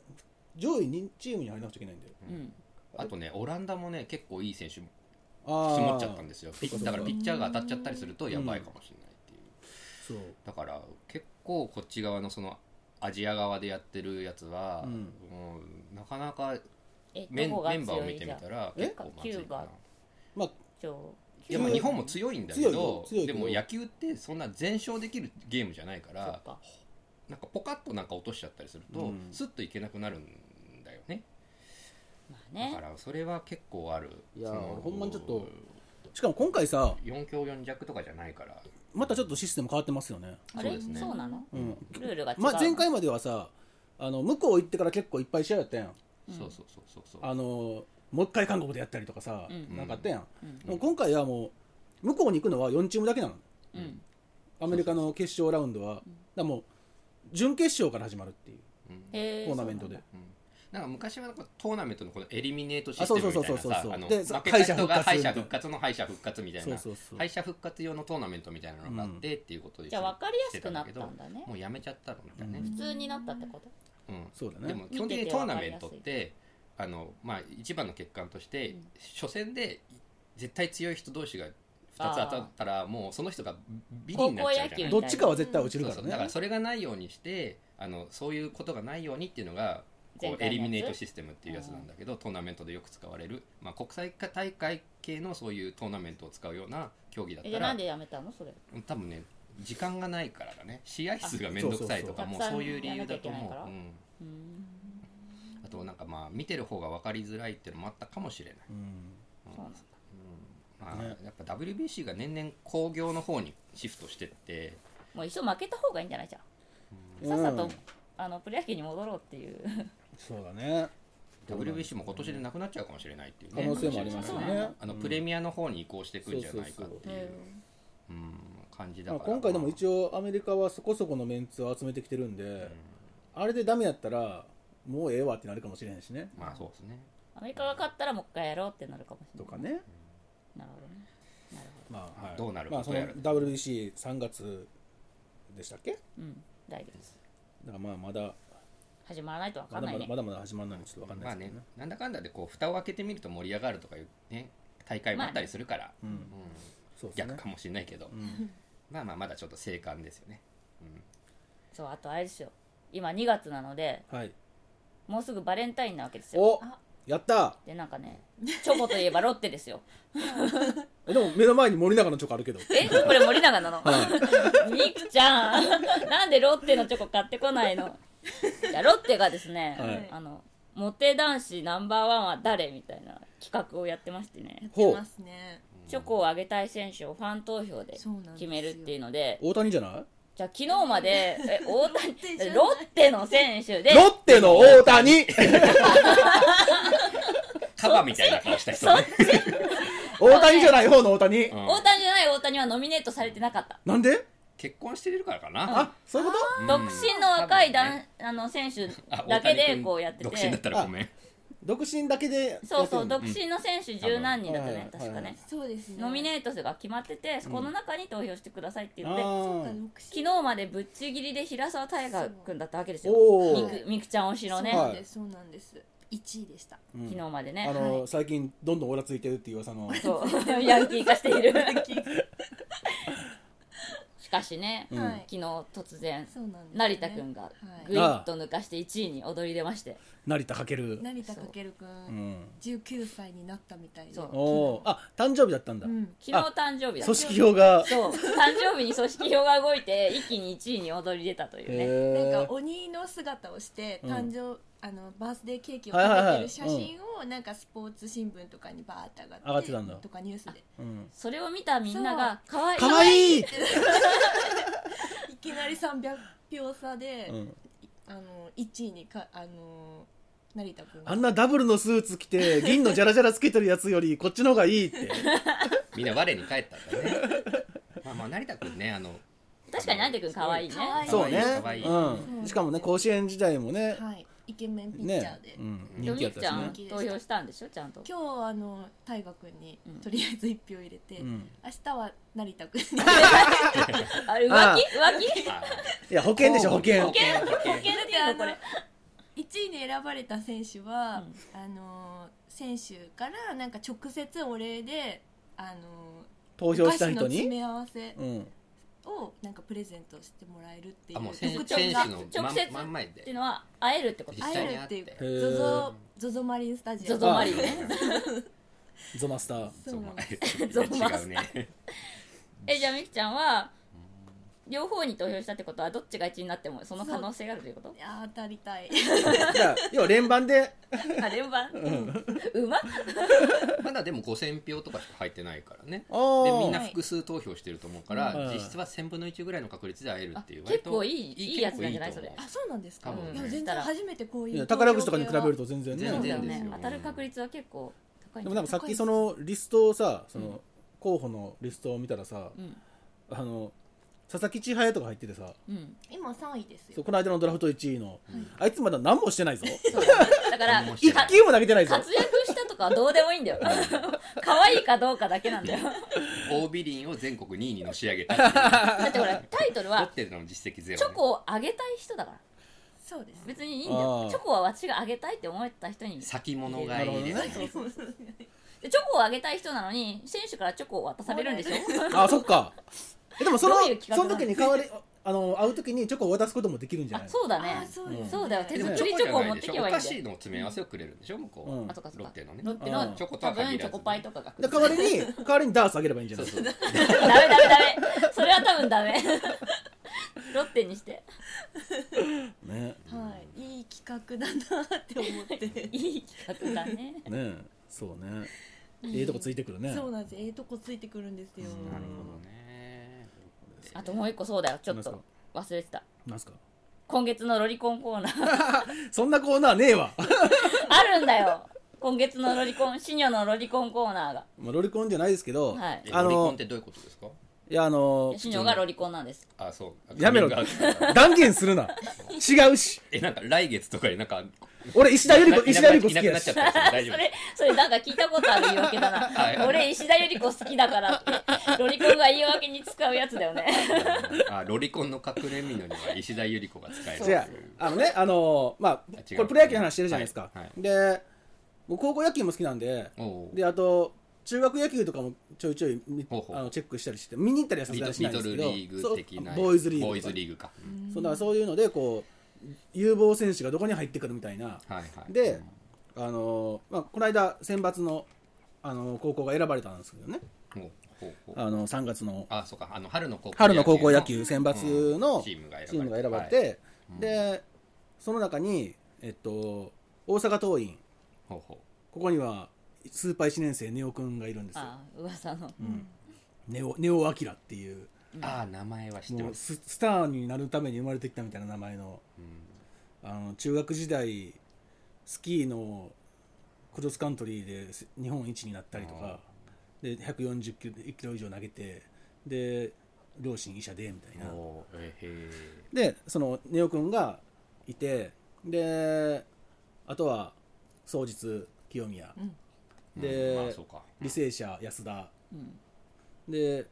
B: 上位2チームに入らなくちゃいけないんだよ
A: うん
D: あとねオランダもね結構いい選手
B: あ
D: 積もっちゃったんですよピ
B: そう
D: ッ
B: か
D: だから
B: そう
D: ピ
B: か
D: ッチャーが当たっちゃったりするとやばいかもしれないっていう、
B: そう
D: だから結構こっち側のそのアジア側でやってるやつは、
B: うん
D: もうなかなか
A: え
D: メン
A: どこ
D: メ
A: が
D: ンバーを
A: 強
D: 見
A: い
D: て
A: じ
D: み
A: ゃん
D: たら
B: え
D: 結構まずい
A: キュー
D: かな
A: バ
B: まあ
A: 上
D: いやまあ
B: 強い
D: 日本も強いんだけ
B: 強
D: ど
B: いよ強い
D: で
B: けど
D: も野球ってそんな全勝できるゲームじゃないか
A: そ
D: ら
A: っか
D: なんかポカッとなんか落としちゃったりすると、
B: うん
D: スッといけなくなるんだよね
A: まあ
D: だか
A: ね
D: らそれは結構ある
B: いや
D: その
B: 俺ほんまにちょっとしかも今回さ
D: 4強4弱とかじゃないから
B: またちょっとシステム変わってますよね、
A: あれ
D: そうですね
A: そうなの
B: うん
A: ルールが違う
B: まあ、前回まではさあの向こう行ってから結構いっぱい試合やったやん
A: うん
D: そうそうそうそうそう
B: あのもう一回韓国でやったりとかさ、
A: うん
B: なんかあったやん、
A: うん
B: でも今回はもう向こうに行くのは4チームだけなの
A: うん
B: アメリカの決勝ラウンドはだからもう準決勝から始まるっていう
D: うん
A: へえ
B: トーナメントで、
D: うんなんか昔はなんかトーナメントのこのエリミネートシ
B: あ
D: ス
B: そう
D: テ
B: そ
D: ム
B: うそう
D: み
B: そ
D: たい
B: そ
D: うな
B: う
D: さあの
B: で
D: 負けた人が
B: 敗
D: 敗
B: 者
D: 者
B: 復
D: 復活の敗者復活みたい
B: そう
D: な
B: そうそう
D: 敗者復活用のトーナメントみたいなのがあってっていうことで
A: じゃあ分かりやすくなったんだね
D: もうやめちゃったのみたいなね
B: うん
A: 普通になったってこと
D: うん
B: そうだね
D: でも基本的
A: 見てて
D: にトー
A: 分
D: ナ
A: かり
D: メ
A: や
D: ン
A: すい
D: トってあの、まあ、一番の欠陥として、
A: うん
D: 初戦で絶対強い人同士が2つ当たったらもうその人がビリになっちゃうじゃない
A: 高校野球
B: どっちかは絶対落ちる
D: そう
B: か
D: そ
B: ら
D: うだから
B: ね
D: それがないようにしてあのそういうことがないようにっていうのがこ
A: 前
D: う
A: 回
D: エ
A: のやつ
D: リミネートシステムっていうやつなんだけど、トーナメントでよく使われる、まあ、国際大会系のそういうトーナメントを使うような競技だっ
A: えじゃ
D: た
A: あな
D: ら
A: んでやめたのそれ
D: 多分ね時間がないからだね試合数が面倒くさいとか
A: あそうそう
D: もう
A: そう
D: そういう理由だと
A: たくさんやんなきゃいけない
D: 思
A: から
D: う、うん、
A: うん
D: あとなんかまあ見てる方が分かりづらいっていうのもあったかもしれない、
B: うん
D: うん
A: そうなんだ
D: まあ
B: ね
D: やっぱ WBC が年々興行の方にシフトしてって
A: もう一緒負けた方がいいんじゃないじゃんさっさとあのプロ野球に戻ろうっていう
B: そうだね
D: WBC も今年でなくなっちゃうかもしれないっていうね
B: 可能性もあります
A: そ
B: よ
A: う
B: ね
A: なんだ
D: あのプレミアの方に移行していくんじゃないかって
A: う
D: いうんうん感じだ
B: まあ
D: から
B: 今回でも一応アメリカはそこそこのメンツを集めてきてるんで、あれでダメやったらもうええわってなるかもしれへんしね
D: まあそうですね
A: アメリカが勝ったらもう一回やろうってなるかもしれ
B: と
A: ない
B: かね、
A: なるほどねなるほ
B: まあはい、
D: どうなる
B: まあ
D: こ
B: そ
D: と
B: の
D: やら
B: WBC3 月でしたっけだか
A: どうん大丈夫です
B: らまあまだ
A: 始まらないと分か
B: ま
A: んな
B: だ
A: い
B: ま
A: ね
B: だまだまだ始まらないんでちょっとわかん
D: ま
B: な
D: あ
B: いです
D: ね
B: けどね,、
D: なんだかんだでこう蓋を開けてみると盛り上がるとかいうね大会もあったりするから、
B: うん
D: うん
B: そうですね
D: 逆かもしれないけど、
B: うん
D: まあまあまだちょっと静観ですよね、うん
A: そうあとあれですよ今2月なので
B: はい
A: もうすぐバレンタインなわけですよ
B: おやった
A: でなんかねチョコといえばロッテですよ
B: えでも目の前に森永のチョコあるけど
A: えこれ森永なの
B: はい
A: みくちゃん なんでロッテのチョコ買ってこないのいやロッテがですね、
B: はい
A: あのモテ男子ナンバーワンは誰みたいな企画をやってましてね
C: ってますね
A: チョコをあげたい選手をファン投票で
C: そうなんですよ
A: 決めるっていうので
B: 大谷じゃない
A: じゃあ昨日まで え大
C: ロッテじゃな
A: 谷
C: い
A: ロッテの選手で
B: ロッテの大谷
D: カバみたいな顔した人
A: そ
D: ね
B: 大谷じゃない方の大谷、
D: うん
A: 大谷じゃない大谷はノミネートされてなかった
B: なんで
D: 結婚してるからかな、
B: あそういうこ
D: うん
A: 独身の若い男、
D: 多分ね
A: あの選手
D: あ
A: だけ
D: 大
A: で
D: 谷君
A: こうやって
D: 独身だってたらごめん
B: と独身だけで
A: そうそう
B: やっ
A: 独
B: て
A: 身の選手十何人だったね、
B: うん
A: 確かね、
B: はいはい
C: そうですね
A: ノミネート数が決まってて、そこの中に投票してくださいって
B: る
A: 言
B: の
A: って、
B: あー
C: 昨
A: 昨日までぶっちぎりで平沢大河君だったわけですよ
B: お
A: み
B: ー
A: くみくちゃん推しのね、
B: はい
C: そうなんです1位でした
B: うん
A: 昨日まで
B: あ
A: ね、
B: の、
C: はい
B: 最近どんどんオラついてるっていう噂の、
A: そう ヤンキー化してい るしかしね、
B: うん
C: はい
A: 昨日突然
C: そうなんですよね
A: 成田くんがぐいっと抜かして1位に躍り出まして、
B: 成田かける。
C: 成田かけるくん、
B: うん。
C: 19歳になったみたいで
A: そう
B: おおー、あ、誕生日だったんだ。
C: うん、
A: 昨日誕生日だった
B: 組織票が。
A: そう誕生日に組織票が動いて一気に1位に躍り出たというね
B: へ
C: なん
B: ー
C: か鬼の姿をして
B: うん
C: 誕生、あのバースデーケーキを
B: はいはい
C: 食
B: はい
C: べてる写真をなんかスポーツ新聞とかにバーッて上がって
B: 上がってたんだ
C: とかニュースで
B: うん。
A: それを見たみんなが可愛い
B: かわいい。
C: いきなり300票差で、
B: うん
C: あの1位にかあの成田君
B: あんなダブルのスーツ着て銀のジャラジャラつけてるやつよりこっちの方がいいって
D: みんな我に返ったんだねまあまあ成田君ねあの
A: 確かに成田君可愛いね
C: すごい可愛い
B: そうね
D: 可愛い
B: うん、しかもね甲子園時代もね
C: はいイケメンピッチャ
B: ね
C: ーで、、
B: う
A: で
B: ん、人
A: も
B: 気
A: み
B: やっ
A: く
B: た
A: ちゃん
B: しね
A: 投票したんでしょちゃんと
C: 今日あの大河君に
A: うん
C: とりあえず1票入れて、
B: うん、
C: 明日は成田君に
A: あれ浮
B: ああ
A: 気浮気
D: あ
B: いや保険でしょ保険
A: 保険
D: 保険
A: 保険っていうのこれ
C: 1位に選ばれた選手は、
A: う
C: あの選手からなんか直接お礼であの
B: 投票した人
C: お菓子の詰
B: に、
C: め合わせ
B: うん、
C: をなんかプレゼントしてもらえるってい
D: あもう
C: う
D: 選
C: 特
D: 手
C: 徴
D: 選
C: が
D: 手の
A: 直接
D: 真真ん前
A: ってい
D: で
A: うのは会えるってこと
D: 実
C: 会
D: 際
C: え
D: に
C: る
D: 会っ
C: っていう
D: て
B: へー
C: ゾゾゾゾマリンスタジアム
A: ゾゾマリンね
B: ゾマスター
C: そうなんで
D: そうまあ違うね
A: えじゃあみくちゃんは両方に投票したってことはどっちが1位になってもその可能性があるということ
C: いやー当たりたい
B: じゃあ要は連番で
A: あ連番うまっ
D: まだでも5000票とかしか入ってないからね
B: お
D: でみんな
B: ー
D: 複数投票してると思うから、
B: はい
D: 実質は1000分の1ぐらいの確率で会えるっていう
A: あ結構いい
D: 割と
A: いいやつなんじゃない
D: 結構と思
C: あそうなんですか、
D: 多分
C: いや全然初めてこう
B: い
C: い
B: や
C: う
B: 宝くじとかに比べる
C: と
B: と全然
A: そ
D: 全
A: うだ
B: ね
A: よ
D: 然です
A: ね
D: よ
A: 当たる確率は結構高い
B: でもなんかさっ
C: 高い
B: き
C: です
B: そのリストをさその、
A: うん
B: 候補のリストを見たらさ
A: うん
B: あの佐々木千早とか入っててさ
A: うん
C: 今3位です
B: そう
C: よ
B: この間のドラフト1位の、あいつまだ何もしてないぞ
A: そうだから
D: 面白い
B: 一球も投げてないぞ
A: 活躍したとかどうでもいいん だよ可愛いかどうかだけなんだよ
D: う OB リンを全国2位にのし上げた っていう
A: だってほ らタイトル
D: ロッ
A: は
D: テの実績ゼロ、ね、
A: チョコをあげたい人だから
C: そうです
A: 別にいいんだよ
B: あー
A: チョコは私があげたいって思った人に
D: 先物買いで、
B: なる
A: そうそうでチョコをあげたい人なのに選手からチョコを渡されるんでしょ
B: あそっかえでもその
A: どういう企画
B: そ
A: なん
B: の
A: ですか
B: 時に代わりあの会う時にチョコを渡すこともできるんじゃな
A: あ
B: い
A: そうだ
C: あ
A: ね
C: ーそうです、ね
B: うん
A: そうだよ手
D: でも
A: 作りチョコを持って
D: チョ
A: け
D: コ
A: ば
D: お
A: いいん
D: 菓
A: だよ
D: 子の詰め合わせをくれるんでしょ向こう、
B: うん
A: あそっかそっか
D: ロッテのね
A: ロッテ
B: あ
A: の
B: ー
D: チョコと
A: 多
D: は限
A: 分
D: ら
A: チ
D: ず
A: ョコパイとかが来
B: で
A: る
B: 代わりに代わりにダースあげればいいんじゃな
D: そ
B: いう
D: そ
A: ダ
D: う
A: メダメダメそれは多分ダメ ロッテに して
B: ね
C: はい、いい企画だなって思って
A: いい企画だね
B: ねえそうねええとこついてくるね
C: そうなんですええとこついてくるんですよ
D: なるほどね
A: あともう一個そうだよちょっ
B: なんすか
A: と忘れてた
B: なんすか
A: 今月のロリコンコーナー
B: そんなコーナーねえわ
A: あるんだよ今月のロリコンシニョのロリコンコーナーが
B: まあロリコンじゃないですけど、
A: はい
D: え
B: あ
D: ロリコン
B: の
D: ってどういうことですか
B: いやあの
A: シニョがロリコンなんです
D: あそうあ
B: やめろ
D: カミングアウトだ
B: 断言するな違うし
D: えなんか来月とかになんか
B: 俺石田ゆり子
D: いな
B: 石田ゆり子好
D: いな
B: き
D: くな
B: や
D: っち
B: し
D: ゃったやつ大丈
A: そ
D: 夫
A: れそれなんか聞いたことある言い訳だな、
D: はい
A: 俺石田ゆり子好きだからってロリコンが言い訳に使うやつだよね
D: あロリコンの隠れみのには石田ゆり子が使える
B: じゃああのねあのまあ
D: あ違う
B: これプロ野球の話してるじゃないですか、
D: はいはい
B: で僕高校野球も好きなんで
D: おう
B: であと中学野球とかもちょいちょいみ
D: ほうほう
B: あのチェックしたりして見に行ったりはさ
D: ミ
B: す
D: ド
B: がにしな
D: ミ
B: い
D: ド
B: ですけ
D: ル
B: ど
D: リーグ的な
B: そうボーイズリーグとか
D: ボーイズリーグか、うん
B: そうだからそういうのでこう有望選手がどこに入ってくるみたいな、
D: はいはい
B: であのまあ、この間選抜の、あの高校が選ばれたんですけどね
D: うんほうほうほう
B: あの3月の
D: あそうかあの春の高校
B: 春の高校野球選抜
D: うん
B: のチ
D: チームが選ばれて
B: ームが選ばれて、でその中に、えっと、大阪桐蔭
D: ほうほ
B: ここにはスーパー1年生ネオくんがいるんですよ
A: ああ噂の
B: うんネオネオアキラっていう
D: うああ名前は知って
B: も
D: ま
B: う
D: す
B: ススターになるために生まれてきたみたいな名前の
D: うん
B: あの中学時代スキーのクロスカントリーでせ日本一になったりとかで140キロ1キロ以上投げてで両親医者でみたいな
D: おうえへ
B: でそのネオくんがいてであとは双日清宮
D: ー
B: で
D: うんまあそうか
B: 履正社安田
A: うん
B: で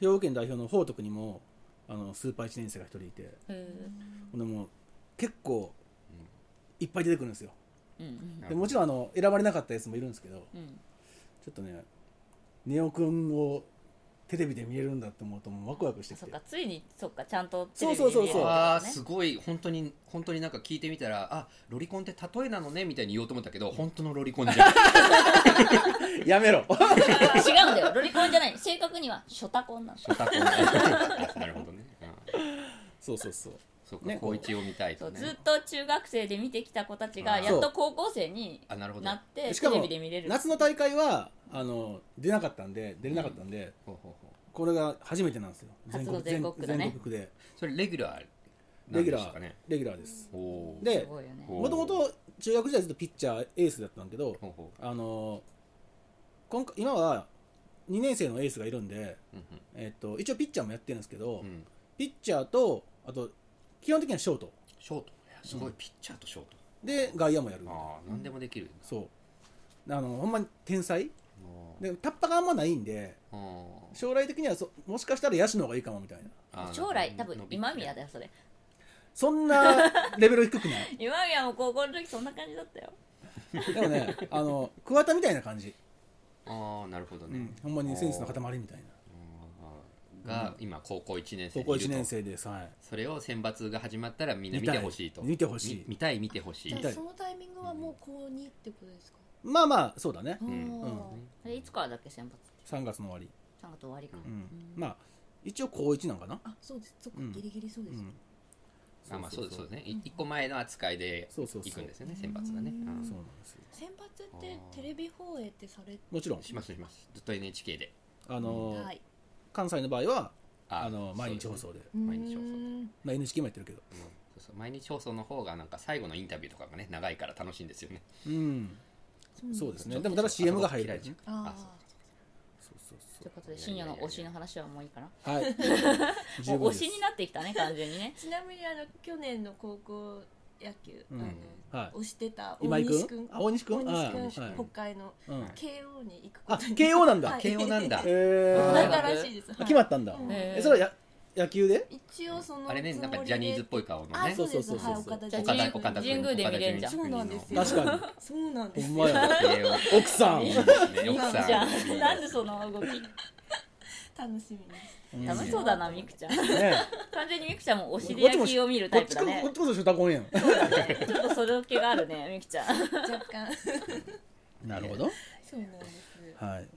B: 兵庫県代表の報徳にもあのスーパー1年生が1人いて
A: へえ
B: ほんでもう結構
D: うん
B: いっぱい出てくるんですよ
A: うん
B: でもちろんあの選ばれなかったやつもいるんですけど
A: うん
B: ちょっとねネオくんをテレビで見れるんだって思うともうワクワクしてき
A: そってかついにそっかちゃんとテレビで見れ
B: そう
A: る
B: そうそう
D: あー
A: ね
D: すごい本当に本当になんか聞いてみたらあロリコンって例えなのねみたいに言おうと思ったけど本当のロリコンじゃん
B: やめろ
A: 違うんだよロリコンじゃ ない正確にはショタコンなんです
D: シ ョタコン なるほどね、うん、
B: そうそうそう
D: そうか、
B: ね
D: 高一を見たい
A: そ
D: と
A: う
D: ね
A: ずっと中学生で見てきた子たちが
D: あー
A: やっと高校生に
D: あなるほど
A: なって
B: し
A: テ
B: か
A: レ
B: も
A: ビで見れる
B: 夏の大会はあの出なかったんで出れなかったんで、
D: ほうほうほ
B: これが初めてなんですよ
A: 初の全国だ
B: 全
A: ね
B: 全国で
D: うそれレギュラーな
B: レ
D: ん
B: ギュ
D: で
B: ラ
D: した
B: ー、
D: かね
B: レギュラーです
D: おおー
A: す
B: で
A: ごいよね
D: ほ
B: もともと中学時代ずっとピッチャーエースだったんだけど
D: ほうほ
B: あの今回今は2年生のエースがいるんで、
D: ううん
B: えっと一応ピッチャーもやってるんですけど、
D: うんうん
B: ピッチャーとあと基本的にはショート
D: ショートいやすごいピッチャーとショート
B: で外野もやる
D: ああ何でもできる
B: そうあのほんまに天才
D: もう
B: でタッパがあんまないんで
D: うん
B: 将来的にはそもしかしたら野手の方がいいかもみたいな
D: あー
A: 将来多
D: 伸
A: 分
D: びて
A: 今宮だよそれ
B: そんな レベル低くない
A: 今宮も高校の時そんな感じだったよ
B: でもねあの桑田みたいな感じ、
D: ああなるほど
B: う
D: ね
B: ん、ほんまにセンスの塊みたいな
D: うんが今高校1年生
B: 高
D: にい
B: 校1
D: ると
B: 年生ですはい
D: それを選抜が始まったらみんな見てほしいと
B: 見たい見てほしい
D: み見たい見てほしい
B: 見
C: じ
B: た
C: ゃあ
B: い
C: そのタイミングはもう高2ってことですか、
B: まあまあそうだね
C: あー
D: うん
A: あれいつからだっけ選抜
B: 3月の終わり、
A: 3月終わりか、
D: う
B: うん
A: うん
B: まあ一応高1なんかな、
C: あそうですそっか、
B: うん
C: ギリギリそう
B: う
C: です、
B: ん、
D: あまあそうですそうです
B: ね
D: ねい一個前の扱いで
B: そうそうそう
D: 行くんですよね選抜がね
C: うん
D: うん
B: そうなんですよ
C: 選抜ってテレビ放映ってされ
B: もちろん
D: しますしますずっと NHK で
B: あの、
C: たい
B: 関西の場合は
D: あ
B: あの毎日
D: そう
B: 放
D: ですね
B: 送で、
D: 毎日放送
C: うーん
B: まあ、NHK もやってるけど
D: うんそうそう毎日放送の方がなんか最後のインタビューとかがね長いから楽しいんですよね
B: うん
C: そ
B: そううで
C: で
B: すすねでもただ CM が入る
D: ちょっと
C: あ
D: あそう
C: あ
D: か
B: そうそう
A: というう
B: そ
A: ことで深夜の推しの話はもういいかな
B: はい 十
A: もう
B: 分
A: 推
B: で
A: しになってきたね完全に ね
C: ちなみにあの去年の高校野球、
B: うん
C: あの
B: すはい
C: 推してた
B: 今
C: 大
B: 井君
C: 西君
B: あ大西君
C: 大
B: あ
C: 西君
D: 大西君
C: 北海の
B: うん
D: はい
C: 慶応に行く
B: あ
C: ことに
B: 慶応なんだ
C: はい
D: 慶応な んだ
B: え
D: あ
B: ー、
C: なんからしいです、はい
B: 決まったんだ、
C: うん
B: えそれはや野球で
C: 一応その
D: あれね
C: つ
D: な
C: もりで
D: んかジャニーズっぽい顔の
C: あ
D: ね
C: そうです
B: そうそうそうそう
C: はい岡田
A: じゃあ
D: 岡
A: 神
C: 准
D: 田岡田君
A: 神宮で見れんじゃん
D: 岡田准君の
C: そうなんで
B: 確
C: すよ
B: か
C: そうなんで
B: に
C: す
B: ほ
C: よ
B: んまや
D: 慶応
B: 奥さん
D: いいですね奥
A: いいじ
D: さ
A: ゃ
D: んいいですね
A: ん なんでその動き
C: 楽しみです
B: うん
A: 楽しそうだなみくちゃん
B: ね
A: 完全にみくちゃんも推しで野球を見るタ
B: こ
A: イ
B: っ
A: プ
B: ち
A: だ
B: こ
A: ね
B: こっちこそシュタコンやん
A: ちょっとそれ受けがあるねみくちゃん
C: 若干
B: なるほど
C: そうなんです
B: はい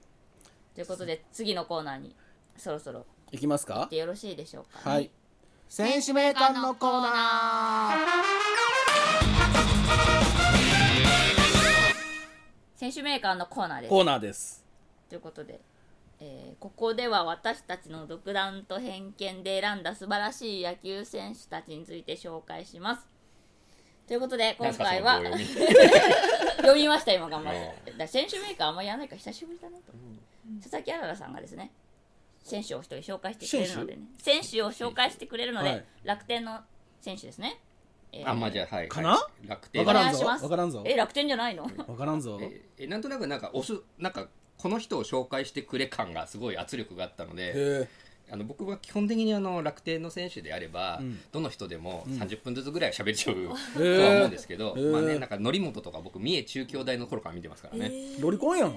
A: ということで次のコーナーにそろそろ
B: いきます
A: 行っ
B: か
A: てよろしいでしょうか、
B: はい選手名鑑のコーナ
A: 選手メーカーのコーナーです
B: ーコーナーです
A: ということで、えーここでは私たちの独断と偏見で選んだ素晴らしい野球選手たちについて紹介しますということで今回は
D: なんかその棒読み
A: 読みました今頑張ってだ選手メーカーあんまりやらないから久しぶりだなと、佐々木あららさんがですね選手を一人紹介してくれるのでね選手を紹介してくれるので、
B: はい
A: 楽天の選手ですね、えー
D: あまあじゃあはい
B: かな
D: はい楽天
B: わからん
A: お
B: ぞ
A: 願いします
B: わからんぞ
A: え楽天じゃないの
B: わからんぞ
D: ええなんとなくなんか押すなんかこの人を紹介してくれ感がすごい圧力があったので
B: へ
D: あの僕は基本的にあの楽天の選手であれば、
B: うん
D: どの人でも30分ずつぐらい喋っちゃう、
B: え
D: とは思うんですけど、
B: えー
D: まあねなんか則本とか僕三重中京大の頃から見てますから
C: ね
D: ね、
C: えー
B: ロリコンやん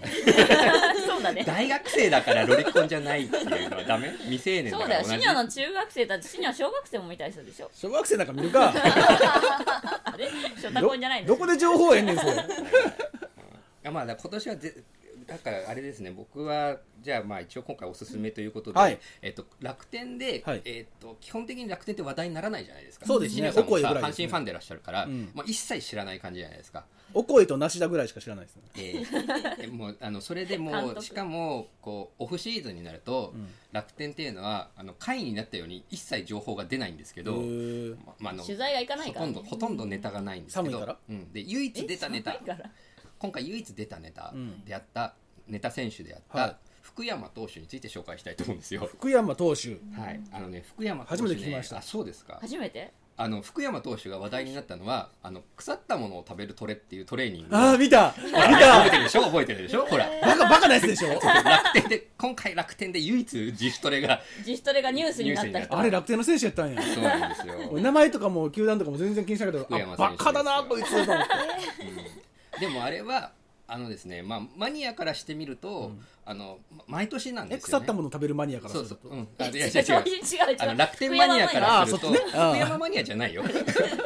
A: そうだね
D: 大学生だからロリコンじゃないっていうのは ダメ未成年
A: そ
D: だか
A: うだ
D: ら
A: よ
D: 同
A: シ
D: じ
A: ニアの中学生たちシニア小学生も見たりするでしょ
B: 小学生なんか見る か
A: あれショタ
B: ど
A: コンじゃないの
B: どこで情報えんねんそ れ
D: あまあだから今年はぜだからあれですね僕はじゃあまあ一応今回おすすめということで、
B: はい
D: えっと楽天で、
B: はい
D: えっと基本的に楽天って話題にならないじゃないですか
B: そうですね
D: シニアさんも
B: お声
D: さ
B: ぐらいですね
D: 阪神ファンでいらっしゃるから、
B: うん
D: まあ、一切知らない感じじゃないですか、
B: お声と梨田ぐらいしか知らないですね
D: えーえもうあのそれで
A: 監
D: もう
A: 督
D: しかもこうオフシーズンになると、
B: うん
D: 楽天っていうのはあの会になったように一切情報が出ないんですけど、
B: へー
D: ままあ、あの
A: 取材が行かない
D: ほ
A: から、
D: とん
A: ね、
D: どほとんどネタがないんですけど
B: 寒いから
D: うん、で唯一出たネタ
A: 寒いから
D: 今回唯一出たネタ
B: うん
D: であった、ネタ選手であった、
B: はい
D: 福山投手について紹介したいと思うんですよ。
B: 福山投手
D: はい、あのね福山投手、ね、
B: 初めて聞きました
D: あそうですか
A: 初めて
D: あの福山投手が話題になったのはあの腐ったものを食べるトレっていうトレーニング
B: ああ見た見た
D: 覚えてるでしょ覚えてるでしょほら
B: バカバカなやつでしょ
D: 楽天で今回楽天で唯一自主トレが
A: 自主トレがニュースになった
D: ニュースに
A: 人
D: な
B: あれ楽天の選手やったんや
D: そうなんですよ
B: 俺名前とかも球団とかも全然気にしなかったけ
D: 福山
B: ど
D: 選手
B: あバカだなこいつと思って
D: うんでもあれはあのですね、まあ、マニアからしてみると、
B: うん
D: あのま毎年なん
B: え
D: です
B: 腐
D: よ、
B: っ
D: ね、
B: たもの食べるマニアからす
D: そう
B: る
D: そ
B: と
D: う、うん、あい
A: 違う
D: や違う違う
A: 違う
D: あの楽天マニアからすると
B: 福山マニアあーそっちねあー
D: 福山マニアじゃないよ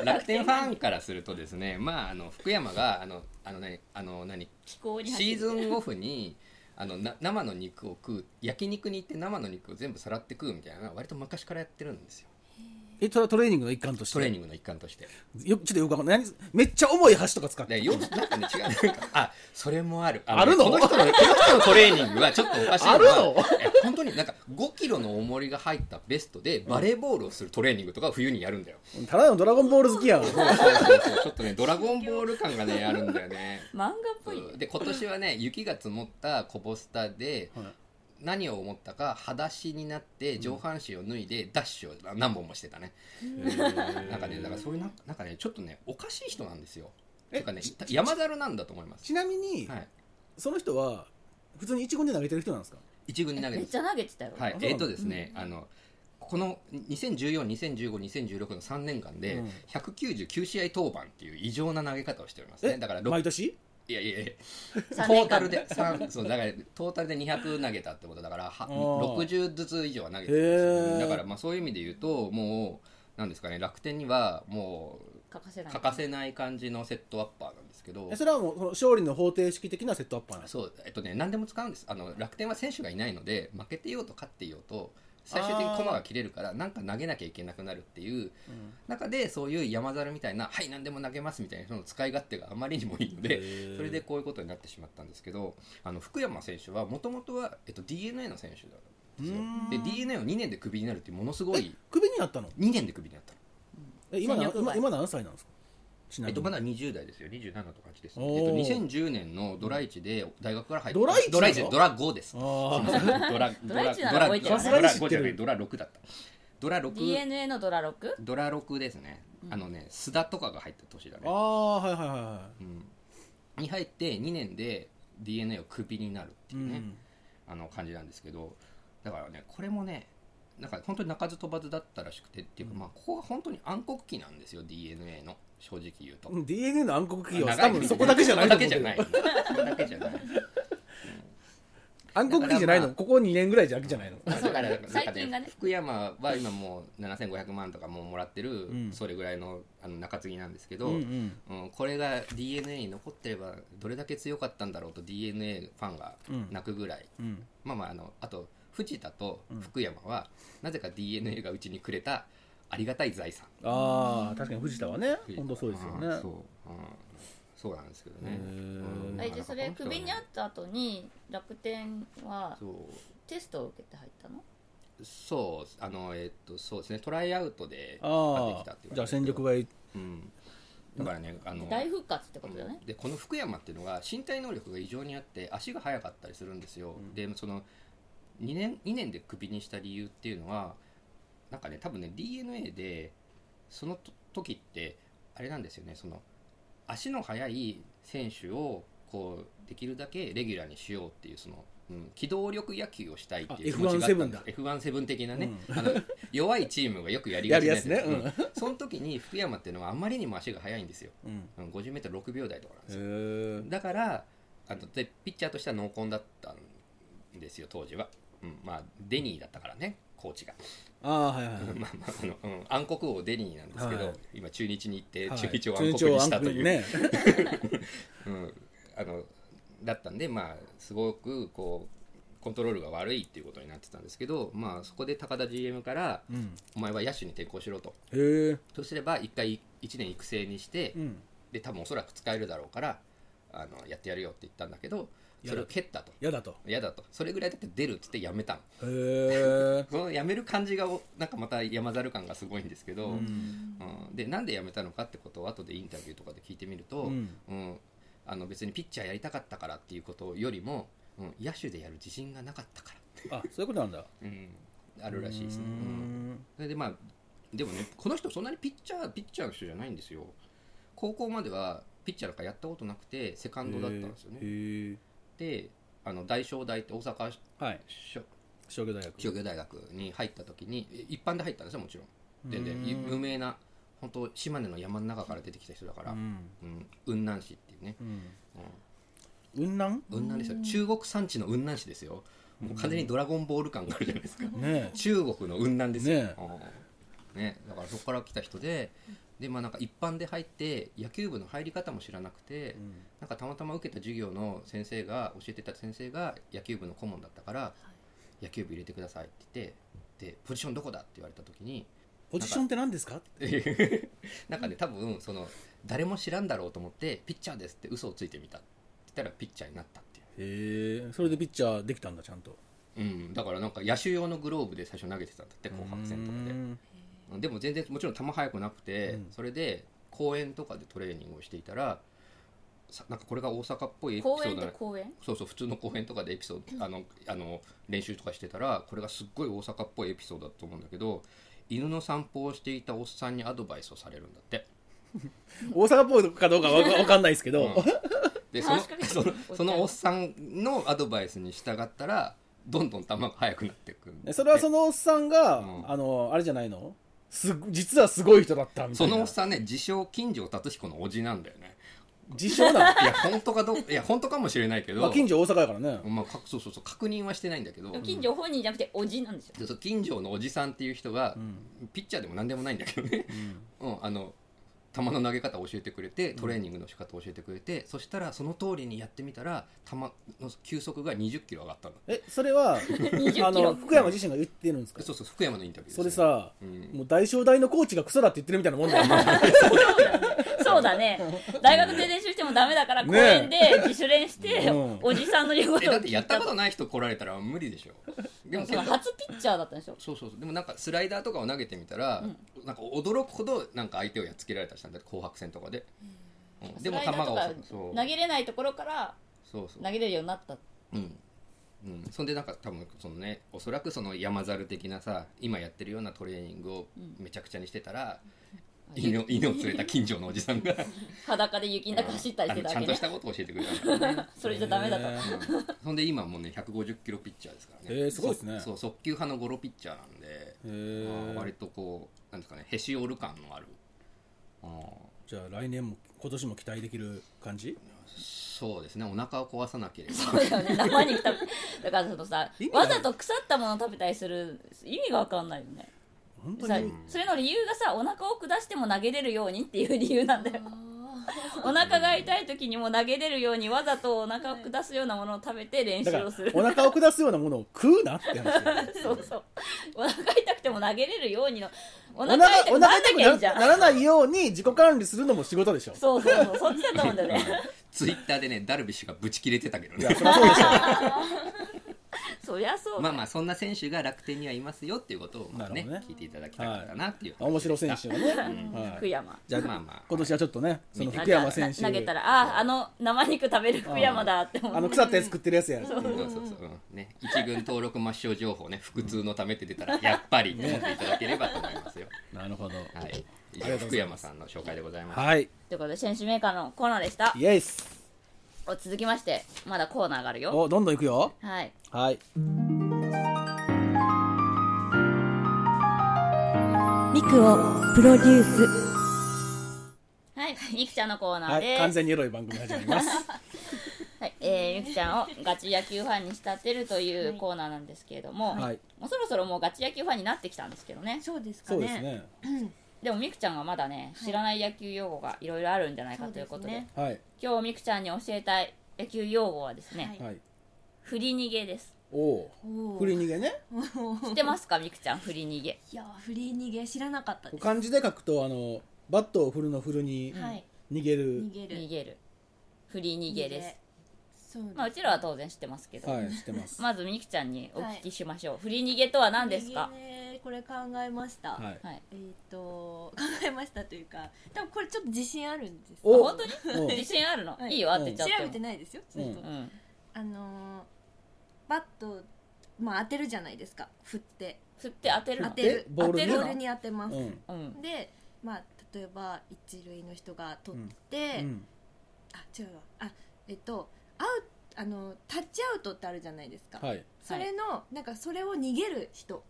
D: 楽天ファンからするとですねまああの福山があのあの何あの何
A: 気候に走
D: シーズ
A: る
D: ンオフにあのな生の肉を食う焼肉に行って生の肉を全部さらって食うみたいなのは割と昔からやってるんですよ
B: えそれはトレーニングの一環として
D: トレーニングの一環として
B: よちょっとよくわかんない何めっちゃ重い箸とか使って
D: でよなんかね違うなんかあそれもある
B: あるの
D: この人のこの人のトレーニングはちょっとおかしいのは
B: あるの
D: いや本当になんか5キロの重りが入ったベストでバレーボールをするトレーニングとかを冬にやるんだよ
B: ただのドラゴンボール好きやん
D: そうそうそうそう ちょっとねドラゴンボール感がねあるんだよね
A: 漫画っぽい
D: うんで今年はね雪が積もったコボスタで
B: はい
D: 何を思ったか裸足になって上半身を脱いでダッシュを何本もしてたね、なんかねだからそういうなんかなんかねちょっとねおかしい人なんですよ
B: え
D: なんかねた山猿なんだと思います
B: ちなみに、
D: はい
B: その人は普通に一軍で投げてる人なんですか
D: 一軍に投
A: め
D: げ
A: っ
D: てま
A: ち
D: す
A: ゃ投げてたよ、
B: あそう
D: はい
B: なんだ
D: えっ、とですね、あのこの201420152016の3年間で、
B: うん
D: 199試合登板っていう異常な投げ方をしております
B: え
D: ねだからろ
B: 毎年
D: いやいやいやト
A: 三
D: ー
A: 年間
D: タルで三そうだからトータルで200投げたってことだからは
B: おー
D: 60ずつ以上は投げて
B: へ
D: る
B: ー
D: だからまあそういう意味で言うともうなんですかね楽天にはも
A: 欠かせ
D: う
A: ない
D: 欠かせない感じのセットアッパーなんですけど
B: えそれはもうその勝利の方程式的なセットアッパーなんですか
D: そうえっとね何でも使うんですあの楽天は選手がいないので負けてようと勝っていようと最終的に駒が切れるからなんか投げなきゃいけなくなるっていう中でそういう山猿みたいなはい何でも投げますみたいなその使い勝手があまりにもいいの
B: へ
D: で
B: ー
D: それでこういうことになってしまったんですけどあの福山選手はもともとは、えっと、d n a の選手だったんですよ
B: うーん
D: で d n a を2年でクビになるっていうものすごい
B: クビになったの
D: 2年でクビになったの、
B: え今な
A: 戦力外
B: 今今何歳なんですかちな
D: え
B: み
D: っ
B: に、
D: と、まだ20代ですよ27とか8です、
B: おー
D: えっと、2010年のドラ1で大学から入った
B: ドラ一なの
D: ドラ1ドラ5です
B: あ
D: ド
B: ー
D: ラドラドラドラドラ5じゃないドラ6だったドラ
A: d
D: 6
A: n a のドラ 6?
D: ドラ6ですねあのね須田とかが入った年だ
B: あー
D: ね、
B: はいはいはいは
D: うん、に入って2年で d n a をクビになるって
B: い、う
D: いうね、
B: ん、
D: あの感じなんですけどだからねこれもねなんか本当に鳴かず飛ばずだったらしくてっていうか、まあここが本当に暗黒期なんですよ d n a の正直言うと、
B: d n a の暗黒企業は
D: 長
B: 多
D: い
B: 分そこだけじゃない
D: そ
B: と
D: こ
B: 思
D: だけ
B: うけ
D: じゃ
B: ど
D: ないそこだけじゃない
B: 暗黒企業じゃないの
D: だ
B: ここ2年ぐらいだけじゃないの
D: だから なん
A: 最
D: か
A: 近がね
D: ね福山は今もう7500万とかもうもらってる、
B: うん
D: それぐらいのあの中継ぎなんですけど、
B: う
D: うん
B: うんん
D: これが d n a に残ってればどれだけ強かったんだろうと d n a ファンが泣くぐらい、
B: うん
D: まあまああのあと藤田と福山は、なぜか d n a がうちにくれたありがたい財産
B: ああ確かに藤田はね本当そうですよね
D: うんそう、うんそうなんですけどね
B: へー
D: うん
A: えじゃあそれ
D: なんか
A: クビにあ
D: 本
A: った後に楽天は
D: 当はね
A: テストを受けて入ったの
D: そうそうあのえっとそうですねトライアウトで買って
B: あ
D: きたってい
B: あ
D: う
B: じゃあ戦力外
D: うんだからねあの
A: 大復活ってことだよね、
D: でこの福山っていうのが身体能力が異常にあって足が速かったりするんですよ、でその2年 ,2 年でクビにした理由っていうのはなんかね多分ね d n a でそのと時ってあれなんですよねその足の速い選手をこうできるだけレギュラーにしようっていうその、うん、機動力野球をしたいっていう
B: あ
D: 気持ちがあったん
B: F1-7
D: で
B: だ
D: す F1-7 的なね、あの弱いチームがよくやりがちなつ
B: やるやつね
D: うんその時に福山っていうのはあまりにも足が速いんですよ
B: うん
D: うん 50m6 秒台とかなんです
B: へ
D: よ
B: ー
D: だからあとでピッチャーとしては濃厚だったんですよ当時は、うん、まあデニーだったからねコーチが、
B: ああはいはいはい
D: まあまああの、うん、暗黒王デニーなんですけど、
B: はい
D: 今中日に行って
B: はい
D: 中日を暗黒にしたという、
B: 中日を暗黒にね
D: うん、あのだったんでまあすごくこうコントロールが悪いっていうことになってたんですけど、まあ、そこで高田 GM から
B: うん
D: お前は野手に抵抗しろと
B: へえ
D: そうすれば1回1年育成にして、
B: うん
D: で多分おそらく使えるだろうからあのやってやるよって言ったんだけどそれを蹴ったと
B: 嫌だと
D: 嫌だとそれぐらいだって出るっつってやめたの
B: へえ
D: そのやめる感じがおなんかまた山猿感がすごいんですけど、うんでなんでやめたのかってことを後でインタビューとかで聞いてみると、
B: うん
D: うんあの別にピッチャーやりたかったからっていうことよりも、うん、野手でやる自信がなかったか
B: あそういうことなんだ
D: ら、うん、あるらしいですね。
B: う
D: うん
B: ん
D: それでまあでもねこの人そんなにピッチャーピッチャーの人じゃないんですよ高校まではピッチャーなんかやったことなくてセカンドだったんですよ
B: へ
D: ね
B: ーへ
D: であの大商大って大阪
B: ーはい
D: 商
B: 商業大学
D: 商業大学に入った時にえ一般で入ったんですよもちろん全然
B: うん
D: 有名な本当島根の山の中から出てきた人だから、
B: う
D: うん
B: ん
D: 雲南市っていうね、
B: うん
D: うん
B: 雲南
D: 雲南ですよ中国山地の雲南市ですよもう完全にドラゴンボール感があるじゃないですか
B: ね
D: 中国の雲南ですよ、
B: ね
D: うんねだからそこから来た人でで、まあ、なんか一般で入って野球部の入り方も知らなくて、
B: え、うん
D: なんかたまたま受けた授業の先生が教えてた先生が野球部の顧問だったから、野球部入れてくださいって言ってでポジションどこだって言われた時に
B: ポジションって何ですか
D: なんかね多分その誰も知らんだろうと思ってピッチャーですって嘘をついてみたって言ったらピッチャーになったっていう。
B: へえそれでピッチャーできたんだちゃんと
D: うん、だからなんか野手用のグローブで最初投げてたんだって紅白戦とかで
B: うん
D: でも全然もちろん球速くなくて、
B: うん
D: それで公園とかでトレーニングをしていたらさなんかこれが大阪っぽいエピソ
A: 公園
D: ー
A: っ
D: ド
A: て
D: な
A: 公園
D: そうそう普通の公園とかでエピソードあのあの練習とかしてたらこれがすっごい大阪っぽいエピソードだと思うんだけど犬の散歩をしていたおっさんにアドバイスをされるんだって
B: 大阪っぽいかどうか わわかんないですけど、
D: うんでその
A: 確かに
D: そのそのおっさんのアドバイスに従ったらどんどん球が速くなっていくんだって
B: それはそのおっさんが、
D: うん
B: あのあれじゃないのす実はすごい人だったみた
D: そ
B: いな
D: のおっさんね自称金城達彦のおじなんだよね
B: 自称なの
D: いや本当かどういや本当かもしれないけ
B: まあ
D: ど、
B: 近所大阪やからね、
D: まあ、かそうそうそう確認はしてないんだけど
A: 近所本人じゃなくておじなんでしょ
D: でそう近所のおじさんっていう人が、ピッチャーでも何でもないんだけ どね、うんあの球の投げ方を教えてくれてトレーニングの仕方を教えてくれて、そしたらその通りにやってみたら球の球速が2 0キロ上がったの
B: えそ れは
A: 20キロ
B: あの福山自身が言ってるんですか
D: そうそう福山のインタビューです
B: そ
D: ね、
B: れさ、
D: うん
B: もう大正大のコーチがクソだって言ってるみたいなもんだよね
A: そうだね大学で練習してもダメだから
B: ね
A: 公園で自主練して
B: うん
A: おじさんの言うこ
D: え
A: と
D: だ
A: を
D: ってやったことない人来られたら無理でしょでも
A: その
D: 結構
A: 初ピッチャーだったんでしょ
D: そうそうそうでもなんかスライダーとかを投げてみたら、なんか驚くほどなんか相手をやっつけられたりしたんだって紅白戦とかで、うんでも球
A: スライダー
D: が
A: と
D: 遅
A: か
D: いそう
A: 投げれないところから
D: そうそう
A: 投げれるようになった
D: うん、うん、そんでなんか多分そのねおそらくその山猿的なさ今やってるようなトレーニングをめちゃくちゃにしてたら、犬を犬を連れた近所のおじさんが
A: 裸で雪の中走ったりしてた
D: あのちゃ
A: わ
D: ん
A: け
D: と
A: ね
D: したことを教えてくれたからね
A: それじゃダメだと
D: そんで今もうね150キロピッチャーですからね
B: へーすごいですね
D: そそう速球派のゴロピッチャーなんで、
B: へ
D: まあ
B: ー
D: 割とこうなんですかねへし折る感のあるあー
B: じゃあ来年も今年も期待できる感じ
D: そうですねお腹を壊さなけれ ば
A: そうだよね生肉食べだからそのさ
B: 意味ない
A: わざと腐ったものを食べたりする意味がわかんないよね
B: 本当
A: さ
B: に
A: それの理由がさお腹を下しても投げれるようにっていう理由なんだよお腹が痛い時にも投げれるようにわざとお腹を下すようなものを食べて練
B: だか
A: 習
B: ら
A: をする
B: お腹を下すようなものを食うなって話だよ
A: そうそうお腹痛くても投げれるようにの お
B: お
A: 腹痛く
B: お
A: な
B: 腹
A: んなき
B: 痛
A: ゃ
B: く
A: いい
B: な
A: じゃ
B: なんらないように自己管理するのも仕事でし ょ
A: そうそうそうそっちだと思うんだよ ね
D: ツイッターでねダルビッシュがブチ切れてたけど
B: い
D: ね
B: やそりゃそうでしょ
A: そりゃそうだ
D: ま
A: よ
D: あまあそんな選手が楽天にはいますよっていうことをまあね
B: なるほどね
D: 聞いていただきたかったなっていう話
B: 面白い選
D: でし
B: 手はね、
A: うん
B: は
A: 福
B: い、
A: 山
D: たまあまあ
B: 今年はちょっとねその
D: 見て
B: 福山選手
A: 投げたらあああの生肉食べる福山だって思
B: あの
A: う
B: 腐ったやつ食ってるやつやっていう
D: そうそうそう、うんね、一軍登録抹消 情報ね腹痛のためって出たらやっぱりって思っていただければと思いますよ、
B: なるほど
D: はい以
B: ありが
D: 上
B: とうござ
D: 福
B: いま
D: 山さんの紹介でございます、
B: はい
A: ということで選手メーカーのコーナーでした
B: イエス
A: お続きましてまだコーナーがあるよ
B: おどんどんいくよ
A: はい
B: はい
E: ミクをプロデュース
A: はいみくちゃんのコーナ
B: は
A: ーで
B: い
A: す、
B: 完全にエロい番組始まります
A: はい、えー、ゆきちゃんをガチ野球ファンに仕立てるというコーナーなんですけれども、
B: はい
A: もうそろそろもうガチ野球ファンになってきたんですけどね
C: そうですか
B: そう
C: ね
B: ですね
A: でもみくちゃんはまだね知らない野球用語がいろいろあるんじゃないかということで
C: そうですね
B: はい
A: 今日みくちゃんに教えたい野球用語はですね、
C: はい
B: はい
A: 振り逃げです
B: おお
C: お
B: う
C: ー
B: 振り逃げね
A: 知ってますかみくちゃん振り逃げ
C: いやー振り逃げ知らなかったです、
B: 漢字で書くとあのバットを振るの振るに
C: はい
B: 逃げる
C: 逃げる
A: 逃げる振り逃げです
C: そうです
A: まあうちらは当然知ってますけど、
B: はい知って ます
A: まずみくちゃんにお聞きしましょう、振り逃げとは何ですか
C: 振り逃げねこれ考えました、
B: はい
A: はい
C: えっ、と考えましたというか多分これちょっと自信あるんです
A: あ
B: お
A: 本当
B: おう
A: に自信あるの、
C: はい
A: い、いよ当てちゃ
C: 調
A: っても
C: べてないですよ、ちょっと
B: う
A: うん
C: あのーバット、まあ、当てるじゃないですか振って
A: 振って当てるの
C: 当てる
B: ボールに
C: ボ
A: 当
C: ー
A: て
C: ル
A: る
C: に当てます、
B: うん
A: うん
C: で、まあ、例えば一塁の人が取って、
B: うん
C: あ違うわあえっとアウあのタッチアウトってあるじゃないですか、
B: はい
C: それの、なんかそれを逃げる人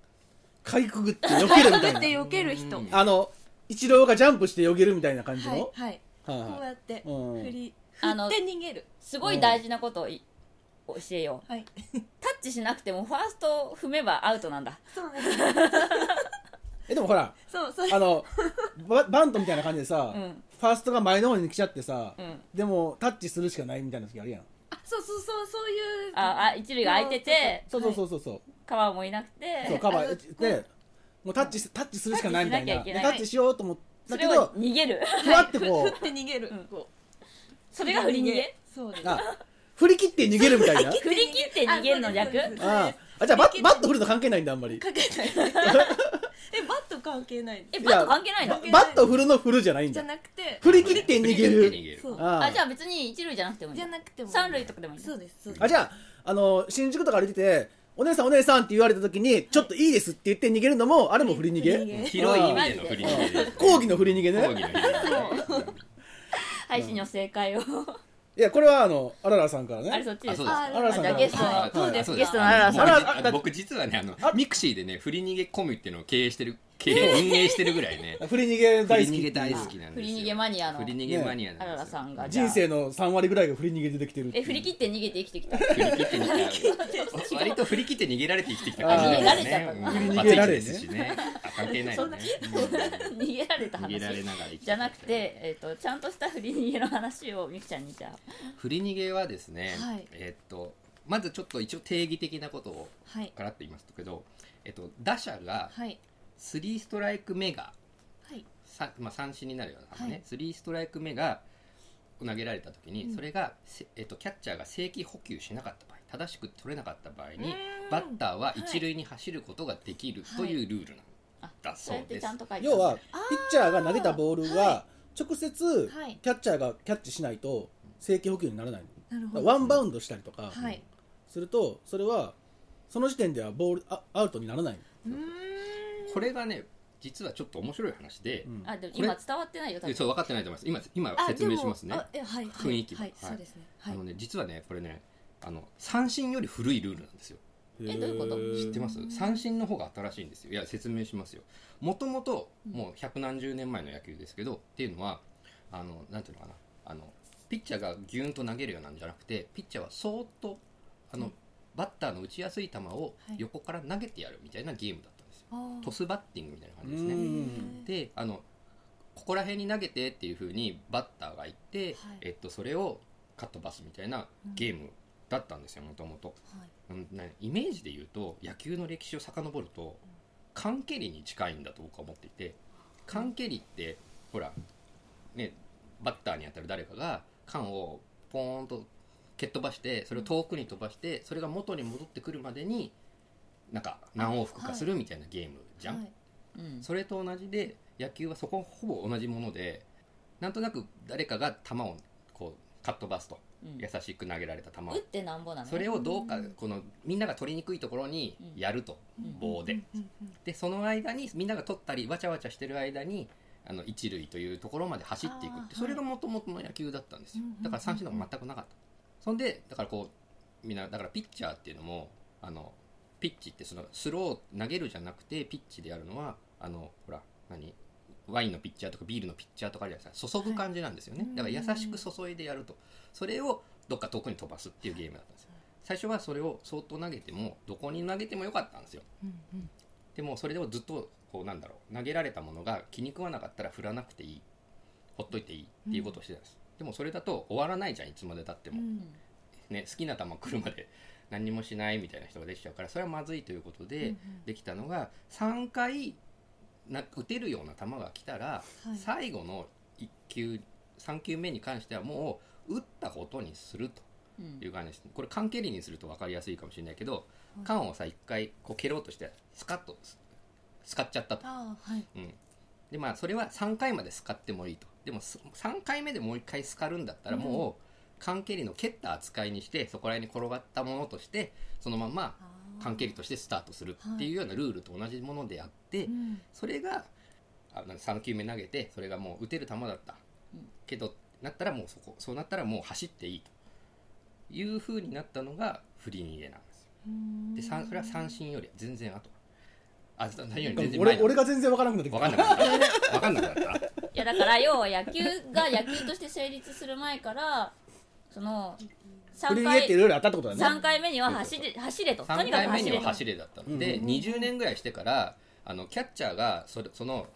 B: かいくぐって避けるみた
C: って
B: いな
C: 避ける人
D: うん
B: あの一郎がジャンプしてよげるみたいな感じ
C: はい
B: の、
C: はい
B: はい
C: こう
B: は
C: やって振
B: うん
C: り振
A: あ
C: っ
A: の
C: て逃げる
A: すごい大事なことをい教えよう
C: はい
A: タッチしなくてもファーストを踏めばアウトなんだ
C: そうね
B: い、えでもほら
C: そうそれ
B: あのバ バントみたいな感じでさ、
A: うん
B: ファーストが前の方に来ちゃってさ、
A: うん
B: でもタッチするしかないみたいな時あるやん
C: あそうそうそうそういう
A: ああ一塁が空いてて
B: そうそうそうそうそう、
A: カバーもいなく
B: そう
A: て
B: カバ
C: あの
B: ーでもうタッチしタッチするしかないみたいな
A: タッチしなきゃいけない
B: でタッチしようと思った
A: そ
B: け
A: れ
B: ど
A: を逃げる
B: ふわってこ
C: 振って逃げる、こう
A: それが振り逃げ
C: そうです
B: うあ振り切って逃げるみたいな
A: 振り切って逃げるの略
C: あそうです
B: ああじゃあバッバット振ると関係ないんだあんまり
C: かけないえバット関係ない
A: えバット関係ない
B: バ
A: の
C: 係ない
B: バット振るの振るじゃないん
C: じゃ
B: だ
C: なくて
B: 振り切って逃げ
D: 振り切
B: る
D: って逃
C: そう
B: ああ
A: あじゃあ別に一塁じゃなくてもいい
C: じゃ
A: の
C: なくても
A: 三塁とかでもいいの
C: そうですそうです
B: あじゃああの新宿とか歩いてて「お姉さんお姉さん」って言われた時に「ちょっといいです」って言って逃げるのもあれも振り逃
C: 振り逃
B: げ
C: げ
D: 広い意味での振り逃げです、
B: 抗議の振り逃げね
D: 抗議の振り逃げ
A: 配信の正解を
B: いやこれはあのあららさんから
A: あれ
B: ね
A: そっちです
D: あそう
A: か
D: だ
C: あ
B: アラ
A: あ
B: さ
A: じ
B: ん
A: ゃ
B: か
A: あ
B: ら
A: ゲスト
D: あ
A: のどうですゲストのア
D: あ
A: ラ
D: ら
A: ラさん
B: あら
D: 僕
B: だ
D: 僕実はねあのミクシーでね振り逃げコムっていうのを経営してる経営運営してるぐらい ね
B: 振り逃げ
D: 振り
B: 大好
D: 逃
B: き
D: げ大好きなんですよ
A: 振り逃げマニアの
D: 振り逃げマニアなん
A: ア
D: ですよ
A: ララさんがじゃあ
B: 人生の3割ぐらいが振り逃げでできてるってい
A: え
B: う
A: 振り切って逃げて生きて きた
D: 振り切って逃げ割と振り切って逃げられて生きてきた感じですね
A: あー
B: 逃げられちゃったんだ振り逃げられね
D: バツイチですしねあ関係ないよね
A: 逃げられた
D: 逃
A: 話
D: げられながら生きてきた
A: じゃなくて、えー、とちゃんとした振り逃げの話をみきちゃんにじゃあ
D: 振り逃げはですね、
C: はい
D: えーっとまずちょっと一応定義的なことを
C: はい
D: からって言いますけど、えっと、打者が
C: はい
D: 3ストライク目が
C: はい
D: さまあ、三振になるような球
C: は
D: ね、
C: い
D: スリーストライク目が投げられた時に、それがせ、えっとキャッチャーが正規補給しなかった場合正しく取れなかった場合に
C: うん
D: バッターはい一塁に走ることができるというルールなん
A: あ
D: だ
A: そ
D: そうう
A: やって
D: で
A: ち
D: す。
A: ゃんと書いてある
B: 要はピッチャーが投げたボールは直接
C: はい
B: キャッチャーがキャッチしないと正規補給にならない
C: なるほど
B: ワンバウンドしたりとか
C: はい
B: するとそれはその時点ではボールあアウトにならない、
C: うーん
D: これがね実はちょっと面白い話で
B: う、ん
A: あでも今伝わってないよ多
D: で
A: 分
D: そう分かってないと思います今今説明しますね
C: あでもあえはいはい
D: 雰囲気
C: はい
D: はい
C: そうですね
D: あ
C: はい
D: のね実はねこれねあの三振より古いルールなんですよ
A: えどういうこと
B: へー
D: 知ってます三振の方が新しいんですよいや説明しますよもともともう百何十年前の野球ですけどっていうのはあのなんていうのかなあのピッチャーがギューンと投げるようなんじゃなくてピッチャーはそーっとあの、バッターの打ちやすい球を
C: はい
D: 横から投げてやるみたいなゲームだったんですよ、
C: あー
D: トスバッティングみたいな感じです
B: う
D: ね
B: ん
D: であのここら辺に投げてっていうふうにバッターがいて、
C: はい
D: えっと、それをかっ飛ばすみたいなゲームだったんですよもともと
C: はい
D: うんなイメージで言うと野球の歴史を遡ると缶蹴りに近いんだと僕は思っていて缶蹴りってほらねバッターに当たる誰かが缶をポーンと蹴っ飛ばしてそれを遠くに飛ばしてそれが元に戻ってくるまでになんか何往復かするみたいなゲームじゃん、
C: はい
A: うん
D: それと同じで野球はそこほぼ同じものでなんとなく誰かが球をこうかっ飛ばすと
A: うん
D: 優しく投げられた球を
A: 打ってなんぼなの
D: それをどうかこのみんなが取りにくいところにやると、
A: うん
D: 棒で
C: うんうん
D: でその間にみんなが取ったりわちゃわちゃしてる間にあの一塁というところまで走っていくって
C: あー
D: それがもともとの野球だったんですよ
C: うんうんうん
D: だから三振の方が全くなかったそんでだからこうみんなだからピッチャーっていうのもあのピッチってそのスロー投げるじゃなくてピッチでやるのはあのほら何ワインのピッチャーとかビールのピッチャーとかあるじゃないですか注ぐ感じなんですよね、
C: はい
D: だから優しく注いでやるとそれをどっか遠くに飛ばすっていうゲームだったんですよ最初はそれを相当投げてもどこに投げてもよかったんですよ
C: うんうん
D: でもそれをずっとこうなんだろう投げられたものが気に食わなかったら振らなくていいほっといていいっていうことをしてたんです、でもそれだと終わらないじゃんいつまでたって
C: う
D: も、
C: ん
D: ね、好きな球来るまで何にもしないみたいな人ができちゃうからそれはまずいということで、
C: うん
D: できたのが3回な打てるような球が来たら、
C: はい
D: 最後の1球3球目に関してはもう打ったことにすると
A: うん
D: いう感じです、これ缶蹴りにすると分かりやすいかもしれないけど缶をさ一回こう蹴ろうとしてスカッとす使っちゃったと、
C: ああはい
D: うん、でまあそれは3回までスカってもいいとでもす3回目でもう1回スカるんだったらもう缶蹴りの蹴った扱いにしてそこら辺に転がったものとしてそのまま缶蹴りとしてスタートするっていうようなルールと同じものであって、
C: うん
D: それがあなんか3球目投げてそれがもう打てる球だった、
A: うん
D: けどなったらもうそこそうなったらもう走っていいというふうになったのが振り逃げなんですよでさんそれは三振より全然後あ何より全然前
B: 俺
D: の
B: 俺が全然わからなくなってき
D: 分
B: た
D: かんなかった分かんなかった
A: いやだから要は野球が野球として成立する前からその
B: 振
A: 3
B: り入れ
A: 回
B: っていろいろあったってことだ
A: 3
B: ね
A: 回目には走れ走れとと
D: 3
A: にかく
D: 回目
A: 走
D: に
A: れ
D: は
A: と
D: 走れだったので、20年ぐらいしてからあのキャッチャーがそれその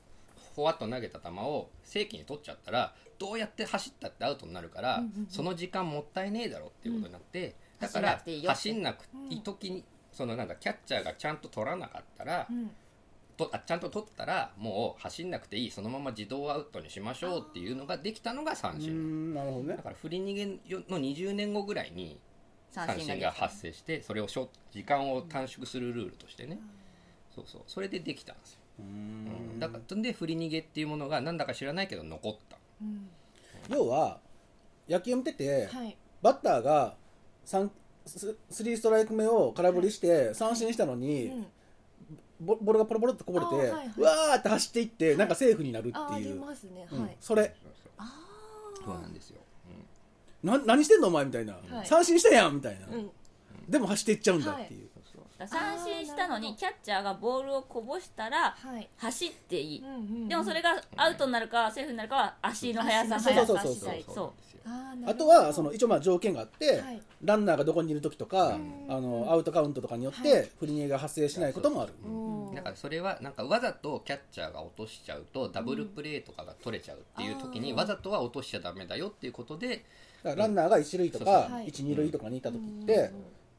D: フォワッと投げた球を正規に取っちゃったらどうやって走ったってアウトになるから、その時間もったいねえだろっていうことになって、だか
A: 走んな
D: ら
A: くていいよって
D: 走んなくていい時に、そのなんかキャッチャーがちゃんと取らなかったら、
C: ん
D: とあちゃんと取ったらもう走んなくていいそのまま自動アウトにしましょうっていうのができたのが
B: う
D: 三
B: ー
D: 振、
B: んなるほどね
D: だから振り逃げの20年後ぐらいに
A: 三
D: 三
A: 振が出
D: 振が
A: た
D: 発生してそれをしょ時間を短縮するルールとしてね、そうそうそれでできたんですよ、
B: うー
D: うん
B: ん
D: だからで振り逃げっていうものがなんだか知らないけど残った
C: うん
B: 要は野球を見てて、
C: はい
B: バッターが三ススリーストライク目を空振りして三振したのに、
C: うん
B: ボボールがポロポロっとこぼれて、
C: あーはいはい
B: わーって走っていって、なんかセーフになる
C: あ
B: っ
C: あ
B: て
C: り
B: いう、
C: ますね
B: うん
C: はい
B: それ
D: そうそう
C: あ
D: そうなんですよ、うん
B: な何してんのお前みたいな、
C: はい
B: 三振したやんみたいな、
C: あうん
B: でも走っていっちゃうんだっていう、
D: そうそう
A: だから三振したの
C: あーなるほど
A: にキャッチャーがボールをこぼしたら
C: はい
A: 走っていい
C: うんうんうん
A: でもそれがアウトになるかセーフになるかは足の速さ
C: 足
A: 速
B: の速
A: さ
B: さ
A: 次第
B: そう
A: そ
D: なんですよ
C: あーなるほど
B: あとはその一応まあ条件があって、
C: はい
B: ランナーがどこにいる時とか、
D: うん
B: あのアウトカウントとかによっ
C: は
B: て振り逃げが発生しないこともある、
D: そう
C: おー
D: だからそれはなんかわざとキャッチャーが落としちゃうとダブルプレーとかが取れちゃうっていう時に
C: うん
D: わざとは落としちゃダメだよっていうことで
B: だからランナーが一塁と
D: そう
B: か
C: そうはい
B: 一二塁とかにいた時っ
C: うん
B: て、例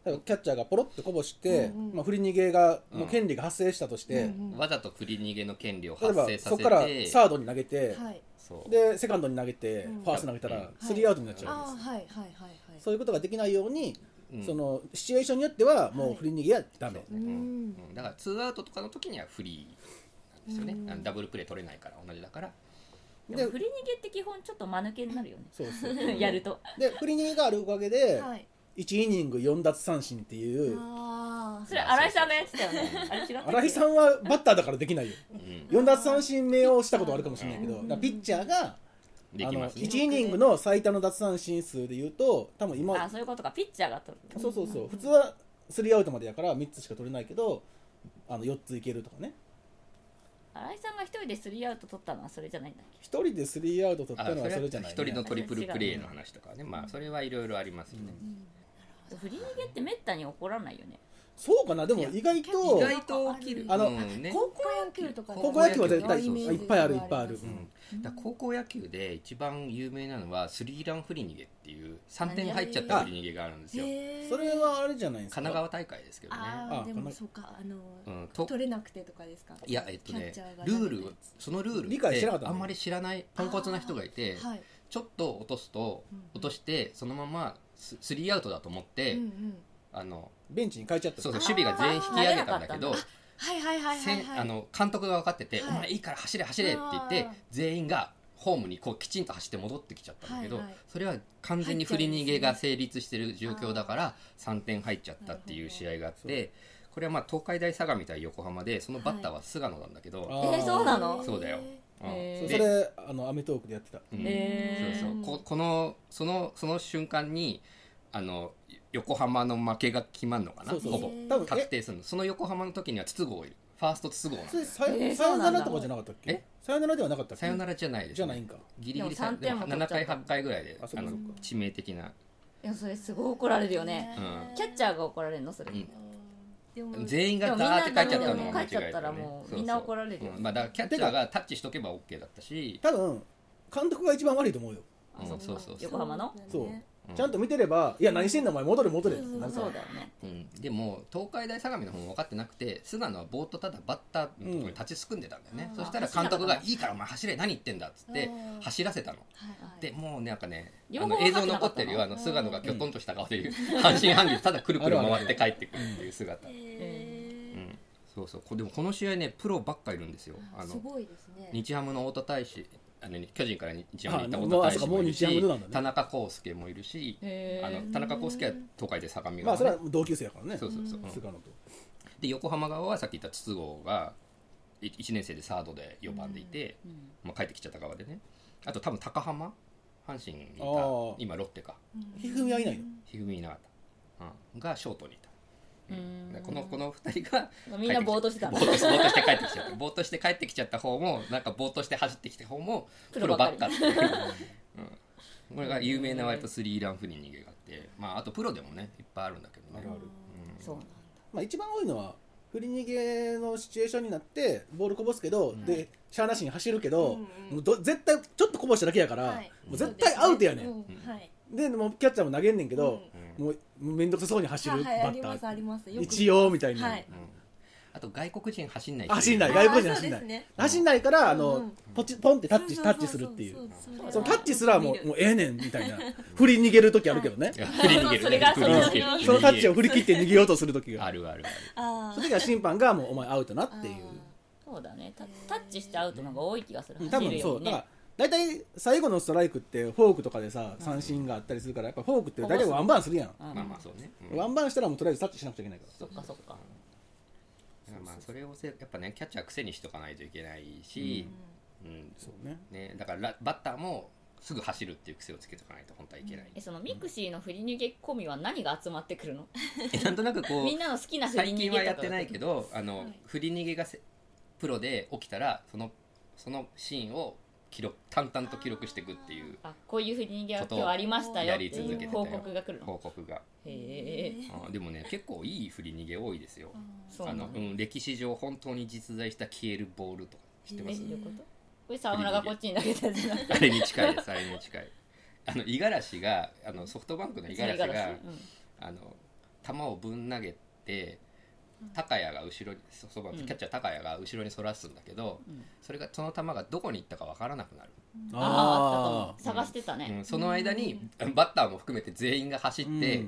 B: えばキャッチャーがポロってこぼして、
C: うんうん
B: まあ、振り逃げがの権利が発生したとして、
C: うんうん
D: わざと振り逃げの権利を
B: 例え
D: 発
B: ば
D: 生さ
B: そ
D: せ
B: こ
D: て
B: からサードに投げて、
C: はい
D: そう
B: でセカンドに投げて、
C: うん
B: ファースト投げた
D: う
B: ら
D: ん
B: スリーアウトになっちゃう、
C: ああはいはいはいはい
B: そういうことができないように、
D: うん
B: そのシチュエーションによってはもう振り逃げはダメ、
D: そう
C: う
D: ね
C: ん
D: うんだからツーアウトとかの時にはフリーなんですよね、
C: うん
D: あのダブルプレー取れないから同じだから
A: う
B: で
A: でも振り逃げって基本ちょっと間抜けになるよね
B: そうそう
A: やると
B: で振り逃げがあるおかげで、
C: はい
B: 1イニング4奪三振っていう
C: あ
A: それ新井さんがやってたよねあれ違ったっけ
B: 新井さんはバッターだからできないよ
D: うん
B: 4奪三振目をしたことはあるかもしれないけど
C: うん
B: だからピッチャーが
D: で
B: あ
D: き
B: の
D: ますね
B: 1イニングの最多の奪三振数でいうと多分
A: あ
B: 今
A: そういうことかピッチャーが取る
B: そうそうそう普通は3アウトまでやから3つしか取れないけどあの4ついけるとかね
A: 新井さんが一人でスリーアウト取ったのはそれじゃないんだっけ
B: 1人で3アウト取った
D: あ
B: の
D: そ
B: は
D: れ
B: そ
D: は
B: れじゃない、
D: 一人のトリプルプレーの話とかね、まあそれはいろいろありますよね、
A: 振り逃げってめったに起こらないよね
B: そうかなでも意外と
D: 意外と起きる
B: あの
D: うんね
C: 高校野球とか
B: 高校野球は絶
D: あ
B: 対
D: イメージ
B: いっぱいあるいっぱいある、
C: う
D: うんだから高校野球で一番有名なのはスリーラン振り逃げっていう3点入っちゃった振り逃げがあるんですよ神
C: へー
B: それはあれじゃないですか
D: 奈川大会ですけどね
C: あ
B: あ
C: あで
B: こ
C: も
B: の
C: そうかあの
D: うんと
C: 取れなくてとかですか
D: いやえっとね
C: キャッチャーが
D: ル
C: 投げ
D: ー
C: たや
D: ルそのルール
B: 理解してなか
D: っ
B: ってた
D: あ
B: の
D: んまり知らないポンコツな人がいて、
C: はい
D: ちょっと落とすと
C: うん
D: 落としてそのままススリーアウトだと思って、
C: うんうん
D: あの
B: ベンチに変えちゃった
D: そうそう守備が全員引き上げたんだけど
C: はいはいはいは
D: せ
C: い
D: ん
C: はい
D: あの監督が分かってて「
C: はい
D: お前いいから走れ走れ」って言って
C: あー
D: 全員がホームにこうきちんと走って戻ってきちゃったんだけど、
C: はいはい
D: それは完全に振り逃げが成立してる状況だから3点入っちゃったっていう試合があっ
B: な
D: てこれはまあ東海大相模対横浜でそのバッターは菅野なんだけど、
B: あ
A: えー、そうなの
D: そうだようん
A: へ
B: そう
A: ー
B: そ
D: で
B: れあのアメトークでやってた
D: うんそう
A: えー
D: そうここのそのその瞬間にあの横浜の負けが決まるのかな
B: そうそう
D: ほ
B: そう
D: ぼ
B: 多分
D: 確
B: え
D: 定するのその横浜の時には筒香いるファースト筒香なの
B: それさよ
A: えー
B: さよ
A: そうな
B: なら
A: んだ
B: とかじゃなかったっけ
D: え
B: さよならではなかったっけ
D: さよならじゃないです、ね、
B: じゃないんか
D: ギリギリ
A: でも3点も取っちゃ
D: 7
A: った
D: 回8回ぐらいで
B: あそっか
D: あの
B: そっか
D: 致命的ない
A: やそれすごい怒られるよね
D: うん
A: キャッチャーが怒られるのそれ、
D: うん
C: でも
D: 全員
A: で
D: が
A: もみん
D: ダー
A: な
D: って書いちゃったの
A: も
D: は
A: う
D: 間
A: 帰
D: 違
A: っ
D: い
A: ち
D: だ
A: ゃ
D: よね
A: ったらも
D: そう
A: う
D: そう
A: みんな怒られるよ、
D: うんまあだからキャッチャーがタッチしとけば OK だったし、
B: 多分監督が一番悪いと思うよ、
D: うん、そうそうそう
A: 横浜の
B: そう
C: ね
D: うん
B: ちゃんと見てれば「いや何してんだお前戻れ戻れ」ってなる
A: そ
B: か
A: う
B: ら
A: だよね
D: うん、でも東海大相模の方も分かってなくて菅野はぼーっとただバッターのところに立ちすくんでたんだよね、
C: うん
D: そしたら監督
A: あ
D: が「
A: 走
D: いいからお前走れ何言ってんだ」っつって
C: うん
D: 走らせたの
C: はいはい
D: でもうねなんかね
A: 両
D: あ
A: 方
D: の映像残ってるよ
A: 分
C: なかった
D: あの
C: の
D: 菅野がきょとんとした顔で言う半信半疑でただくるくる回って帰ってくるっていう姿、うん
C: へー
D: そうそうこでもこの試合ねプロばっかいるんですよあ
C: す
D: の
C: ごいですね
D: 日ハムの太田大使あの巨人から日ハムに
B: あ
D: 行っ
B: もう
D: た
B: あ
D: 太
B: そ
D: 田大
B: う
D: 使
B: かもう日ハ
D: もいるし、
B: ムなんだね
D: 田中康介もいるし、
A: へー
D: あの田中康介は東海大相模
B: まあ
D: 側
B: それは
D: ね
B: 同級生やからね
D: そうそうそう、うん
B: 菅野と
D: で横浜側はさっき言った筒香が1年生でサードで4番でいて、まあ、帰ってきちゃった側でねあと多分高浜阪神にいた
B: あー
D: 今ロッテか
B: 一二三はいないの
D: ひぐみいなかった、うん、がショートにいた
A: うん
D: このこの2人が
A: みんなぼーっとしてた
D: ぼーっとぼーっとして帰ってきちゃったぼーっとして帰ってきちゃった方もなんかぼーっとして走ってきた方も
A: プ
D: プロ
A: ロ
D: ば
A: ば
D: っ
A: っ
D: か
A: か
D: っ
A: り
D: ていう、 うん、これが有名な割とスリーラン不人逃げがあって、まあ、あとプロでもねいっぱいあるんだけどね
B: あるある
D: うん
A: そうなんだ
B: まあ、一番多いのは振り逃げのシチュエーションになってボールこぼすけど、でしゃあなしに走るけど、
C: うん
B: もうど絶対ちょっとこぼしただけやから、
C: はい
B: もう絶対アウトやねん、
C: そうですうんはい
B: でもうキャッチャーも投げんねんけど、
D: うん
B: もう面倒くさそうに走
C: は
B: る
C: い
B: バ
C: はいあ
B: ッ
C: り
B: タ
C: ますあ
B: ー、
C: りますよく
B: 一応みたいに、
C: はい
D: うんあと外国人走んない人
B: 走んない
D: る
C: あー
B: 外国人走んな
C: そ
B: い、
C: うですね
B: 走んないからあの、
C: うん
B: ポチポンってタッチ
C: そう
B: タ
C: そうそうそう
B: ッチするっていう
C: れは
B: そのタッチすらも
C: 見
B: う
C: る
B: もうええねんみたいな振り逃げる時あるけどね
D: い、や振り逃げる
A: それが
D: 振り逃げる
A: うん
B: そのタッチを
D: 振
B: 振り切って逃げようとする時
D: り
B: が
D: あるあるある
C: あ
B: そ
C: ー
B: の時は審判がもうお前アウトなっていう
A: そうだねタタッチしてアウトの方が多い気がする
B: 多
A: 走る
B: 分そ
A: よ
B: う
A: り
B: だから
A: ね
B: 大体最後のストライクってフォークとかでさ三振があったりするからやっぱフォークって大体ワンバウンドするやん
A: うん
D: まあまあそうね、うん
B: ワンバウンドしたらもうとりあえずタッチしなくちゃいけないから
A: そっかそっか
D: まあそれをせやっぱねキャッチャー癖にしとかないといけないし、うん
B: そうね
D: ね、だからラバッターもすぐ走るっていう癖をつけとかないと本当はいけない、
A: えそのミクシーの振り逃げ込みは何が集まってくるの
D: なんとなくこ
A: みん
D: う
A: なの好きな振り
D: 最
A: 逃げ
D: 近
A: とか
D: はやってないけどあの、
C: はい
D: 振り逃げがせプロで起きたらそのそのシーンを記録淡々と記録していくっていう
A: あこういう振り逃げは今日ありましたよ
D: や
A: って
D: り続け
A: い
D: て
A: う
D: た
A: 報告が来るの
D: 報告が、
A: へえ
D: あでもね結構いい振り逃げ多いですよ
A: そう
D: あ
A: な
D: の、
A: の
D: う
A: え
D: ん、歴史上本当に実在した消えるボールとか知って
A: ど
D: ま
A: う
D: す、
A: いうことこれ沢村がこっちに投げたやつじゃなくて
D: あれに近いですあれに近い あの五十嵐があのソフトバンクの五十嵐があの球をぶん投げて高谷が後ろにそそばキ
A: うん
D: ャッチャー高谷が後ろにそらすんだけど、
A: うん
D: それがその球がどこに行ったかわからなくなる、
A: あああったと思う探してた
D: う
A: ね
D: んその間にバッターも含めて全員が走って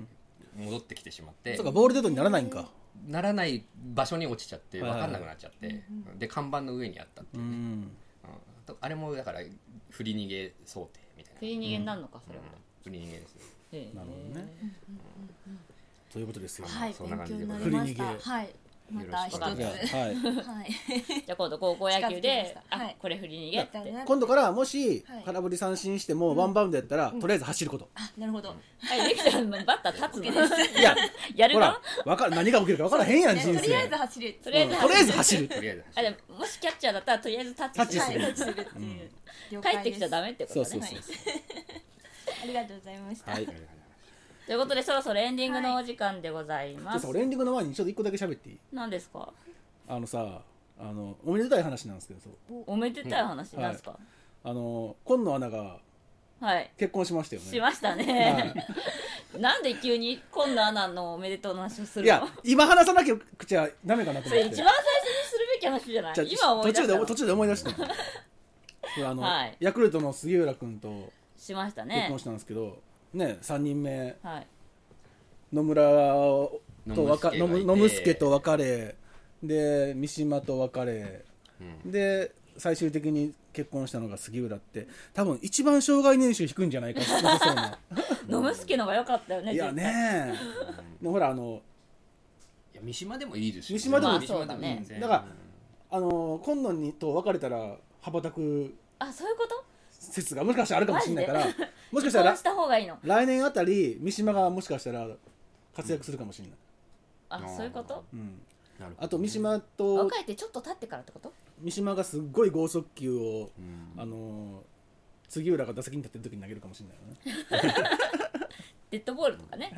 D: 戻ってきてしまって、
B: そうかボールデッドにならないんか
D: ならない場所に落ちちゃって
B: はい
D: わかんなくなっちゃって、で看板の上にあったって
B: う
D: いうね、
B: ん
D: うんとあれもだから振り逃げ想定みたいな
A: 振り逃げになるのかそれ
D: うん
A: は
D: 振り逃げですね
A: へえ
B: なるほどねということですよ
C: はい
D: そんな感
C: 勉
D: じ
C: 強
D: で
C: に
D: ござ
C: ないりまし
D: ます
C: た
B: 振り逃げ
C: はいまた一つ
D: よろしくお
B: じゃ
D: 願
B: あはい
C: はい
A: じゃあ今度高校野球で
C: 近づきましたは
A: あ
C: い
A: これ振り逃げっ
C: だ
A: て
C: な
B: 今度からもし
C: はい
B: 空振り三振してもワンバウンドやったらとりあえず走ること
C: あなるほど
A: はいレクちゃんのバッター立つの
B: いや
A: やる
B: ほ
A: から
B: わか何が起きるか分からへんやん
C: ね
B: 人
C: とりあえ
B: 生
C: ず走る
A: とりあえず
B: とりあえず走る
D: とりあえず
A: あ
D: 走
A: で
D: る
A: ももしキャッチャーだったらとりあえずタッチ
B: タッ
A: し
B: チ
A: て
B: する
C: はいタッチするっていう了
A: 帰
C: 解
A: ってきちゃダ
C: メ
A: メってこ
B: そ
A: と
B: う
A: ね
B: そうそう
C: ありがとうございました
B: はい
D: ありがとうございます
A: ということでそろそろエンディングのお時間でござい
B: じゃ
A: ま
B: あ
A: す
B: さ俺エンディングの前にちょっと一個だけ喋っていい
A: 何ですか
B: あのさあのおめでたい話なんですけどそう
A: おめでたい話なんですか
B: あの今野アナが
A: はい
B: 結婚しましたよね
A: しましたねなんで急に今度アナのおめでとうの話をす
B: い
A: る
B: や
A: の
B: 今話さなきゃ口はダメかなと
A: そ
B: 思っ
A: れ
B: て
A: 一番最初にするべき話じゃない
B: じゃあ
A: 今思い出
B: 途
A: し
B: 中
A: た
B: で
A: の
B: 途中で思い出したこれあの、
A: はい
B: ヤクルトの杉浦君と
A: しました
B: 結
A: ね
B: 婚したんですけどね三3人目
A: はい
B: 野村と別
D: 野村
B: 野
D: 助がいて
B: 村助と別れで三島と別れ
D: うん
B: で最終的に結婚したのが杉浦って多分一番障害年収低いんじゃないかなさそうな
A: ノムスケのが良かったよね
B: いやねでほらあの
D: いや三島でもいいですよ
B: 三島でも
A: まあそうだね
D: 三島でも全然
B: だからあの今野にと別れたら羽ばたく
A: あそういうこと
B: 説がもしかしたらあるかもしれないからもしかした
A: 離
B: ら
A: 婚した方がいいの
B: 来年あたり三島がもしかしたら活躍するかもしれない、
A: あそういうこと
B: うん、
D: なるほど
B: あと三島と
A: 若いってちょっと経ってからってこと
B: 三島がすっごい剛速球を、
D: うん
B: あのー杉浦が打席に立ってる時に投げるかもしれないよね
A: デッドボールとか ね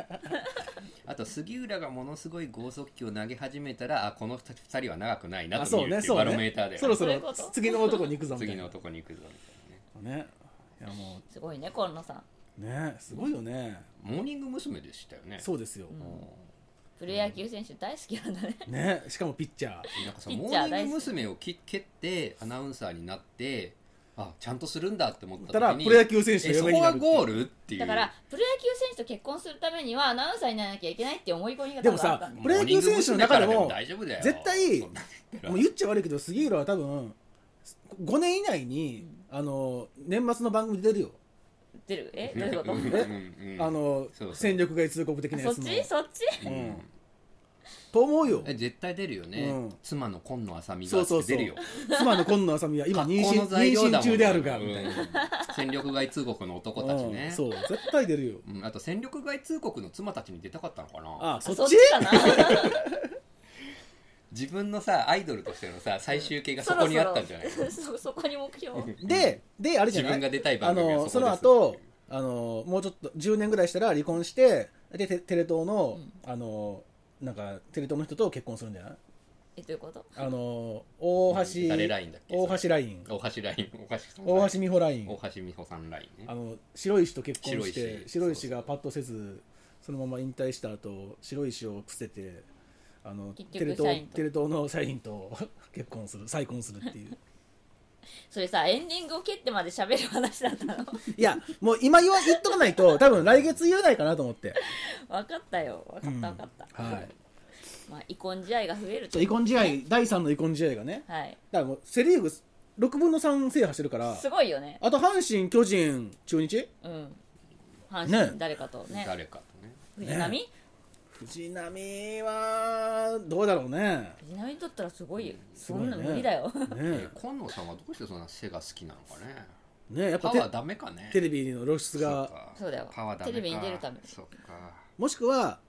D: あと杉浦がものすごい剛速球を投げ始めたらあこの二人二人は長くないな
B: あ
D: と
B: そ
D: 見
B: う
D: る
B: ね
D: っていう
B: そう
D: バロメー
B: ね
D: ターで
B: そろそろ
A: そういうこと
B: 次の男に行くぞみた
D: 次
B: いな
D: の男に行くぞみた
B: ねいやも
A: すごいね今野さん
B: うねすごいよね、
D: いなねモーニング娘。でしたよね
B: そうですよ、
D: うん
A: プロ野球選手大好きなんだね
B: ねしかもピッチャー
D: なんかさ
A: ピッ
D: モ
A: チャー大好き
D: ーニング娘。をき蹴ってアナウンサーになってあちゃんとするんだって思った
B: たら
D: 時に
B: プロ野球選手
D: え
B: の
D: そ
B: 嫁にな
D: こは
B: るって
D: ゴールっていう
A: だからプロ野球選手と結婚するためにはアナウンサーにならなきゃいけないって思い込みが
B: で
A: 多
B: も
A: 分あっ
B: さ
A: たんだ
B: プロ野球選手の中でも
D: モーニング娘だからでも大丈夫だよ
B: 絶対
D: そんな
B: もう言っちゃ悪いけど杉浦は多分5年以内に、あの年末の番組に出るよ、
A: 出るえどういうこと
D: うんうんうん
B: あの
D: そうそう
B: 戦力外通告的な
A: あ
B: や
A: そっ
B: つも
A: ちそっち
B: うんと思うよ
D: え絶対出るよね、
B: うん
D: 妻の今野あさみ
B: そ
D: が
B: うそうそう
D: 出るよ
B: 妻の今野あさみは今
D: 格
B: 妊
D: 好
B: 娠
D: の材料
B: 妊
D: だもん
B: 娠中であるがみたいな、
D: うん戦力外通告の男たちね
B: うんそう絶対出るよ
D: うん、あと戦力外通告の妻たちに出たかったのかな
B: あそっち
A: か な
D: 自分のさアイドルとしてのさ最終形がそこにあったんじゃない
A: そろそろそそこに 目標
B: でであれじゃ
D: 自
B: ない
D: 分が出たい
B: あ
D: 番組は
B: の
D: そ
B: そ
D: こ
B: の
D: です
B: 後あのもうちょっと10年ぐらいしたら離婚してでテテレ東の,、
A: う
B: あのなんかテレ東の人と結婚するんじ ゃない
A: えどういうこと
B: あの大橋、
D: 誰ラインだっけ
B: 大橋ライン
D: 大橋ライン大橋さん
B: 大橋美穂ライン
D: 大橋美穂さんライン
B: あ
D: ね
B: の白石と結婚し
D: 白
B: て
D: 石
B: 白石がパッとせずそのまま引退した後白石を伏せてあの
A: 結局
B: テレ
A: 社
B: 東
A: 員と
B: テレ東の社員と 結婚する再婚するっていう
A: それさエンディングを蹴ってまで喋る話だったの
B: いやもう今言わ言っとかないと多分来月言えないかなと思って
A: 分かったよ分かった分かった、
B: はい
A: まあ、遺婚試合が増える
B: そう遺婚試合第3の遺婚試合がね
A: はい
B: だからもうセ・リーグ6分の3制覇してるから
A: すごいよね
B: あと阪神巨人中日
A: うん阪
B: ね
A: 神誰かとね
D: 誰かとね
A: 藤波、
B: 藤浪はどうだろうね
A: 藤波にとったらすごいよ
B: す
A: そ
B: ごい
A: んな
B: ね
A: 無理だよ
B: ね
D: え今野さんはどうしてそんな背が好きなのかね
B: ねやっ
D: パ
B: ぱ
D: ワーダメかね
B: テレビの露出
D: そ
B: が
D: っか
A: そうだよ
D: パワーダメか
A: テレビに出るため
D: そっか
B: もしくは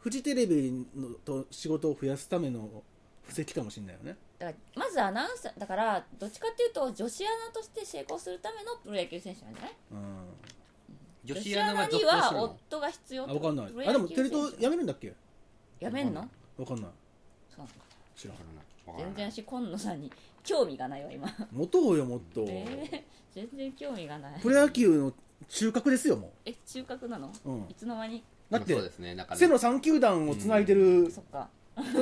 B: フジテレビのと仕事を増やすための布石かもしれないよね
A: だからまずアナウンサーだからどっちかっていうと女子アナとして成功するためのプロ野球選手なんじゃない
B: うん
D: 女
A: 女
D: 子
A: 子ア
D: アナ
A: ナ
D: は続
A: に
D: 行す
A: は
D: るの
A: 夫が必要
B: あ分かんないあでもテレ東やめるんだっけ
A: やめんの
B: 分かんない
A: そうなのか
B: 知らん
D: わからない
A: 全然私今野さんに興味がないわ今
B: 持とうよもっと、
A: えー全然興味がない
B: プロ野球の中核ですよも
A: え中核なの
B: う、うん
A: い、つの間に
B: だっ
D: でもそうで
B: て
D: すねなんかね
B: 背の3球団をつないでる
A: そっか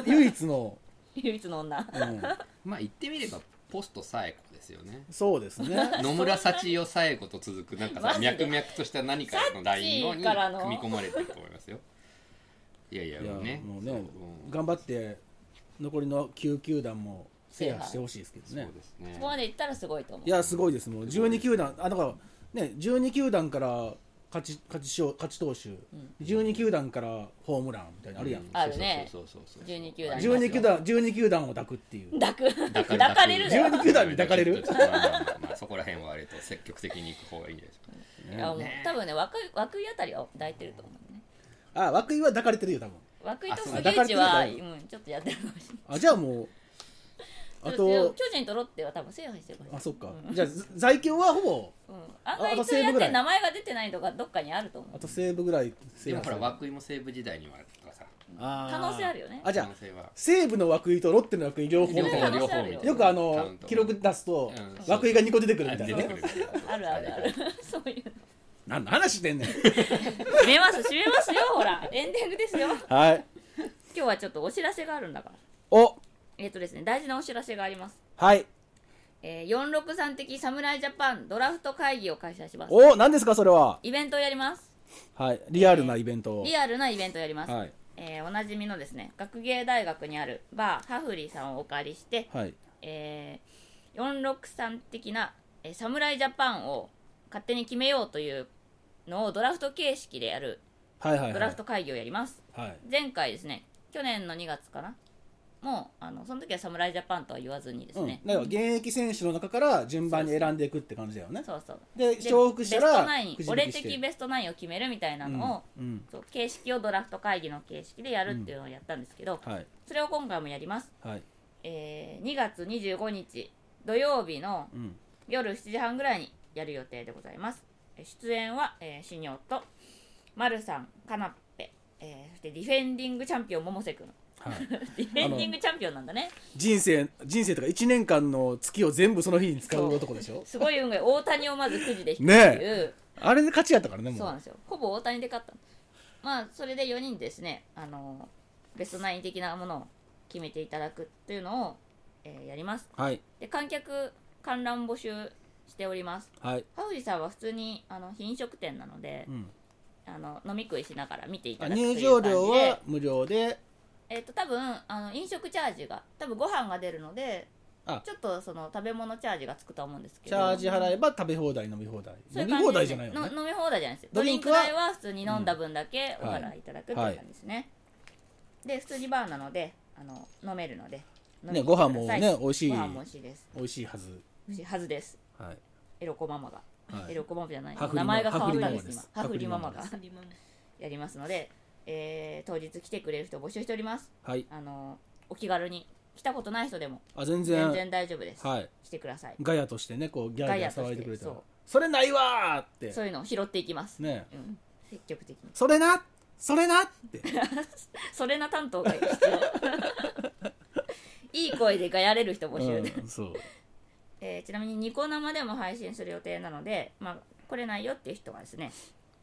B: 唯一の、
A: 唯一の女
B: うん、
D: まあ言ってみればポストサエコですよね
B: そうです ね
D: 野村幸代さえ子と続くなんか
A: マジ
D: さ
A: で
D: 脈々とした何かのライン
A: サッ
D: の
A: チ
D: に
A: ーからの
D: 組み込まれてると思いますよいやいや
B: いや
D: もうね
B: もうね
D: そううん
B: 頑張って残りの9球団も制覇してほしいですけど
D: そう
B: ね
D: ですね
A: そこまで行ったらすごいと思う
B: いやすごいですもう12球団あだからね12球団から勝ち勝ちしよう勝ち投手、
A: ん
B: 12球団からホームランみたいなのあるやん、
D: う
A: あるね
D: そうそうそうそう
A: 12球団
D: ありますよ
B: 12球団12球団を抱くっていう
A: 抱く
D: 抱 か
A: 抱かれるだよ
B: 12球団に抱かれる
D: ちょっとまあまあまあそこら辺はあれと積極的に行く方がいいんじゃないですか
A: いやもう多分ね涌井涌井あたりは抱いてると思うね
B: あ涌井は抱かれてるよ多分
A: 涌井
D: あ
A: と
D: そう
A: 杉内は、
B: 抱か
A: う
B: れてる
A: ん、ちょっとやってるかもしれない
B: あじゃあもうあ
A: でも
B: と
A: 巨人とロッテは多分制覇してるかもしれ
B: あ
A: ない
B: そっか、
A: うん
B: じゃあ在京はほぼ
A: うん、あん
B: あ
A: ま
B: あと
A: りそう
B: 西
A: や
B: 武
A: っ
B: ぐら
A: て
B: い
A: 名前が出てないとかどっかにあると思
B: あ
A: う
B: と西武ぐらい制
D: でも
B: 覇
D: ほ
B: す
D: ら
B: る
D: 涌井も西武時代にはとかさ
B: あー
A: 可能性あるよね
B: あじゃ
D: 可
B: あ
D: 能性は
B: 西武の涌井とロッテの涌井両方み
D: 両
B: たいな
D: 方
A: 可能
D: 両
A: 性あ
D: 方
A: る
D: み
A: よ
D: たいな
B: よくあ
D: カ
B: の
D: ウント
B: 記録出すと涌
D: うん
B: 井が2個出てくるみたい
D: 出
B: な
D: て
B: ね
D: くるみたいな
A: あるあるある そういうの
B: 何の話してんねん
A: 締めます締めますよほらエンディングですよ今
B: はい
A: 日はちょっとお知らせがあるんだから
B: お
A: えっ、とですね大事なお知らせがあります、
B: はい
A: えー、463的侍ジャパンドラフト会議を開催します
B: お何ですかそれは
A: イベントをやります
B: はいリアルなイベントを
A: リアルなイベントをやります、
B: はい
A: えーおなじみのですね学芸大学にあるバーハフリーさんをお借りして、
B: はい
A: えー463的な、えー、侍ジャパンを勝手に決めようというのをドラフト形式でやる
B: はいはい
A: ド
B: は
A: ラ
B: い
A: フト会議をやります、
B: はい
A: 前回ですね去年の2月かなもうあのその時は侍ジャパンとは言わずにです
B: うん
A: ね、
B: だから現役選手の中から順番に選んでいくって感じだよね
A: そうそう
B: で
A: で
B: 重複した
A: ベスト
B: ら
A: ナイン
B: くじ
A: 俺
B: 引きして
A: 的ベストナインを決めるみたいなのを、
B: うんうん
A: そう形式をドラフト会議の形式でやるっていうのをやったんですけど、
B: はい
A: それを今回もやります
B: はい
A: えー2月25日土曜日の
B: うん
A: 夜7時半ぐらいにやる予定でございますえー出演は、えー、シニョとマルさんカナッペ、えーそしてディフェンディングチャンピオン百瀬くん
B: はい
A: ディフェンディングチャンピオンなんだね
B: 人生人生とか1年間の月を全部その日に使う男でしょ
A: すごい運がいい大谷をまずくじで引くっていう、
B: あれで勝ちやったからね
A: そう
B: も
A: なんですよほぼ大谷で勝ったまあそれで4人ですねあのーベストナイン的なものを決めていただくっていうのを、えーやります
B: うはい
A: で観客観覧募集しております
B: はい
A: ハフジさんは普通にあの飲食店なので、
B: うん
A: あの飲み食いしながら見ていた
B: あ
A: だくという
B: 入
A: 感じで
B: 場料は無料で
A: えっ、と多分あの飲食チャージが多分ご飯が出るので
B: あ
A: ちょっとその食べ物チャージがつくと思うんですけ
B: チ
A: ど
B: ャージ払えば食べ放題飲み放題
A: そうい
B: 飲
A: う感じ
B: み放
A: で
B: 題
A: す
B: じゃないよね
A: の飲み放題じゃないですよ
B: ド
A: ド
B: リ
A: リ
B: ン
A: ン
B: ク
A: ク
B: は
A: 代は普通に飲んだ分だけお払いいただくっていう感じですね、で普通にバーなのであの飲めるので飲みに来て
B: ご飯も
A: ください
B: ね美味しい
A: ご飯も美味しいです
B: 美味しいはず
A: 美味しいはずです
B: はい
A: エロコママが
B: はい
A: エロコマムじゃない
B: ハフリマ
A: 名前が変わったんです
B: ハフリママで
A: 今
B: す
A: ハフリママが
C: ハフリママ
A: やりますので、えー当日来てくれる人を募集しております
B: はい
A: あのお気軽に来たことない人でも
B: あ全然
A: 全然大丈夫です、
B: はい
A: 来てください
B: ガヤとしてねこうギャーギャー
A: ガヤとして
B: 騒いでくれたら
A: そう
B: それないわーって
A: そういうのを拾っていきます、
B: ね
A: うん、積極的に
B: それなそれ なって
A: それな担当が必要 いい声でがやれる人募集、
B: うんそう
A: えーちなみにニコ生でも配信する予定なので、まあ、来れないよっていう人はですね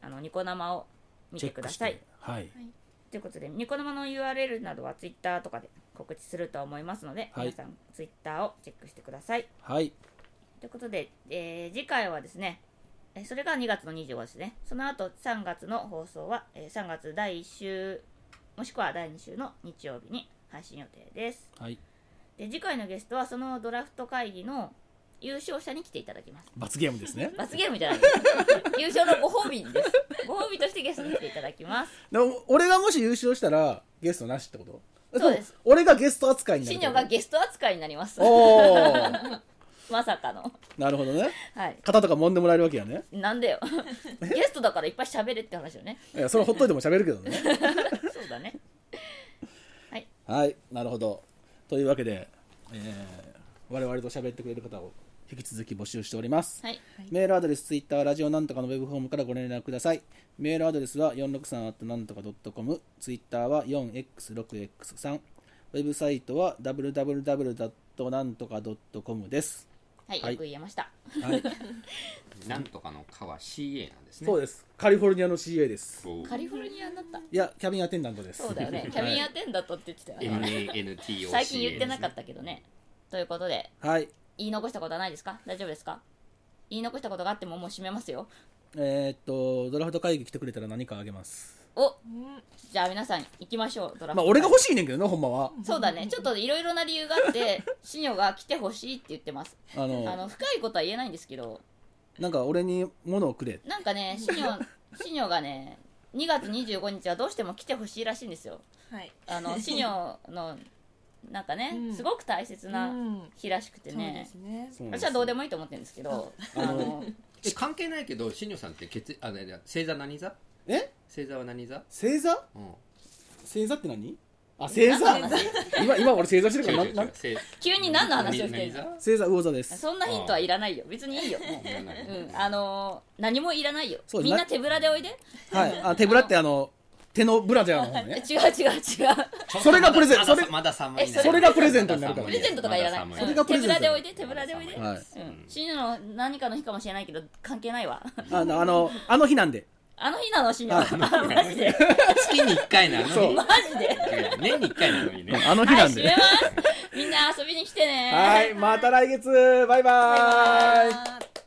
A: あのニコ生を 見
B: チ
A: て
B: ェッ
A: く
B: ク
A: だ
B: し
A: さい
B: てはい
A: ということでニコ生の URL などは Twitter とかで告知すると思いますので、
B: はい
A: 皆さん Twitter をチェックしてください
B: はい
A: ということで、えー次回はですねえーそれが2月の25ですねその後3月の放送は、えー3月第1週もしくは第2週の日曜日に配信予定です
B: はい
A: で次回のゲストはそのドラフト会議の優勝者に来ていただきます
B: 罰ゲームです ね
A: 罰ゲームじゃないです優勝のご褒美ですご褒美としてゲストに来ていただきます
B: でも俺がもし優勝したらゲストなしってこと
A: そうです
B: も俺がゲスト扱いにな
A: 新
B: るって
A: 庄
B: こと
A: がゲスト扱いになります
B: おー
A: まさかの
B: なるほどね
A: はい
B: 肩とか揉んでもらえるわけやね
A: なんだよゲストだからいっぱい喋れって話よね
B: いやそれほっといても喋るけどね
A: そうだね
B: はいなるほどというわけで、えー我々と喋ってくれる方を引き続き募集しております、
A: はい
B: メールアドレス、ツイッター、ラジオなんとかのウェブフォームからご連絡ください。メールアドレスは463 at なんとか .com、ツイッターは 4x6x3、ウェブサイトは www. なんとか .com です。
A: はい、
B: はい
A: よく言えました
B: はい、
D: なんとかの「か」は CA なんですね
B: そうです。カリフォルニアの CA です。
D: お
A: カリフォルニアになった
B: いや、キャビンアテンダントです。
A: そうだよねキャビンアテンダントって言ってたよね
D: NANTOCA
A: 最近言ってなかったけどねということで
B: はい。
A: 言い残したことはないですか大丈夫ですか言い残したことがあってももう締めますよ
B: えーっと、ドラフト会議来てくれたら何かあげます。
A: お
C: うん
A: じゃあ皆さん行きましょうドラフ
B: ま
A: ト
B: あ、俺が欲しいねんけどな、ほんまは。
A: そうだねちょっといろいろな理由があってシニョが来てほしいって言ってます
B: あの、
A: あの深いことは言えないんですけど
B: なんか俺に物をくれ。
A: なんかねシニョシニョがね2月25日はどうしても来てほしいらしいんですよ
C: はい
A: あのシニョのなんかね、
C: うん
A: すごく大切な
C: うん
A: 日らしくて
C: そうで
A: ね
C: すね
B: そうなんで
A: 私
B: す
A: はどうでもいいと思ってるんですけどあ
B: あの
A: の
D: え関係ないけど新庄さんって血あのいや星座何座
B: え
D: 星座は何座
B: 星座
D: うん
B: 星座って何あ、星座
A: 何の話
B: 今、今俺星座してる
D: 違
B: か
D: う
B: ら、
D: 違う違う
B: なな
D: 星
A: 急に何の話をして
D: 何
A: る
D: 座
A: の
B: 星座魚座です。
A: そんなヒントはいらないよ別にいいよも、
D: いらないう
A: うん、あの何もいらないよ
B: そう
A: みんな
B: な
A: 手ぶらでおいで
B: はい。あ、手ぶらってあの、手のブラジャーの方
A: え
B: ね。
A: 違う違う違う
D: ちょっと
B: それがプレゼン
D: ま
B: そ
D: だ
B: れ
D: まだ寒いね
A: えそれ
B: がプレゼントになるから
A: プレゼントとかいらない、
D: まだ
A: うん
D: 寒
B: れがプ
A: 手
B: レゼ
A: ぶ
B: ント
A: らでおいで手ぶらでおいで、
B: はい。
A: うん、死ぬの何かの日かもしれないけど関係ないわ
B: あの、あの、あの日なんで。
A: あの日なの死ぬは マジで
D: 月に1回なのに
B: そう
A: マジで
D: 年に1回なのにね
B: あの日
A: は
B: ないん
A: 閉
B: で
A: め。ますみんな遊びに来てね
B: はい。また来月。バイバーイ。
C: あー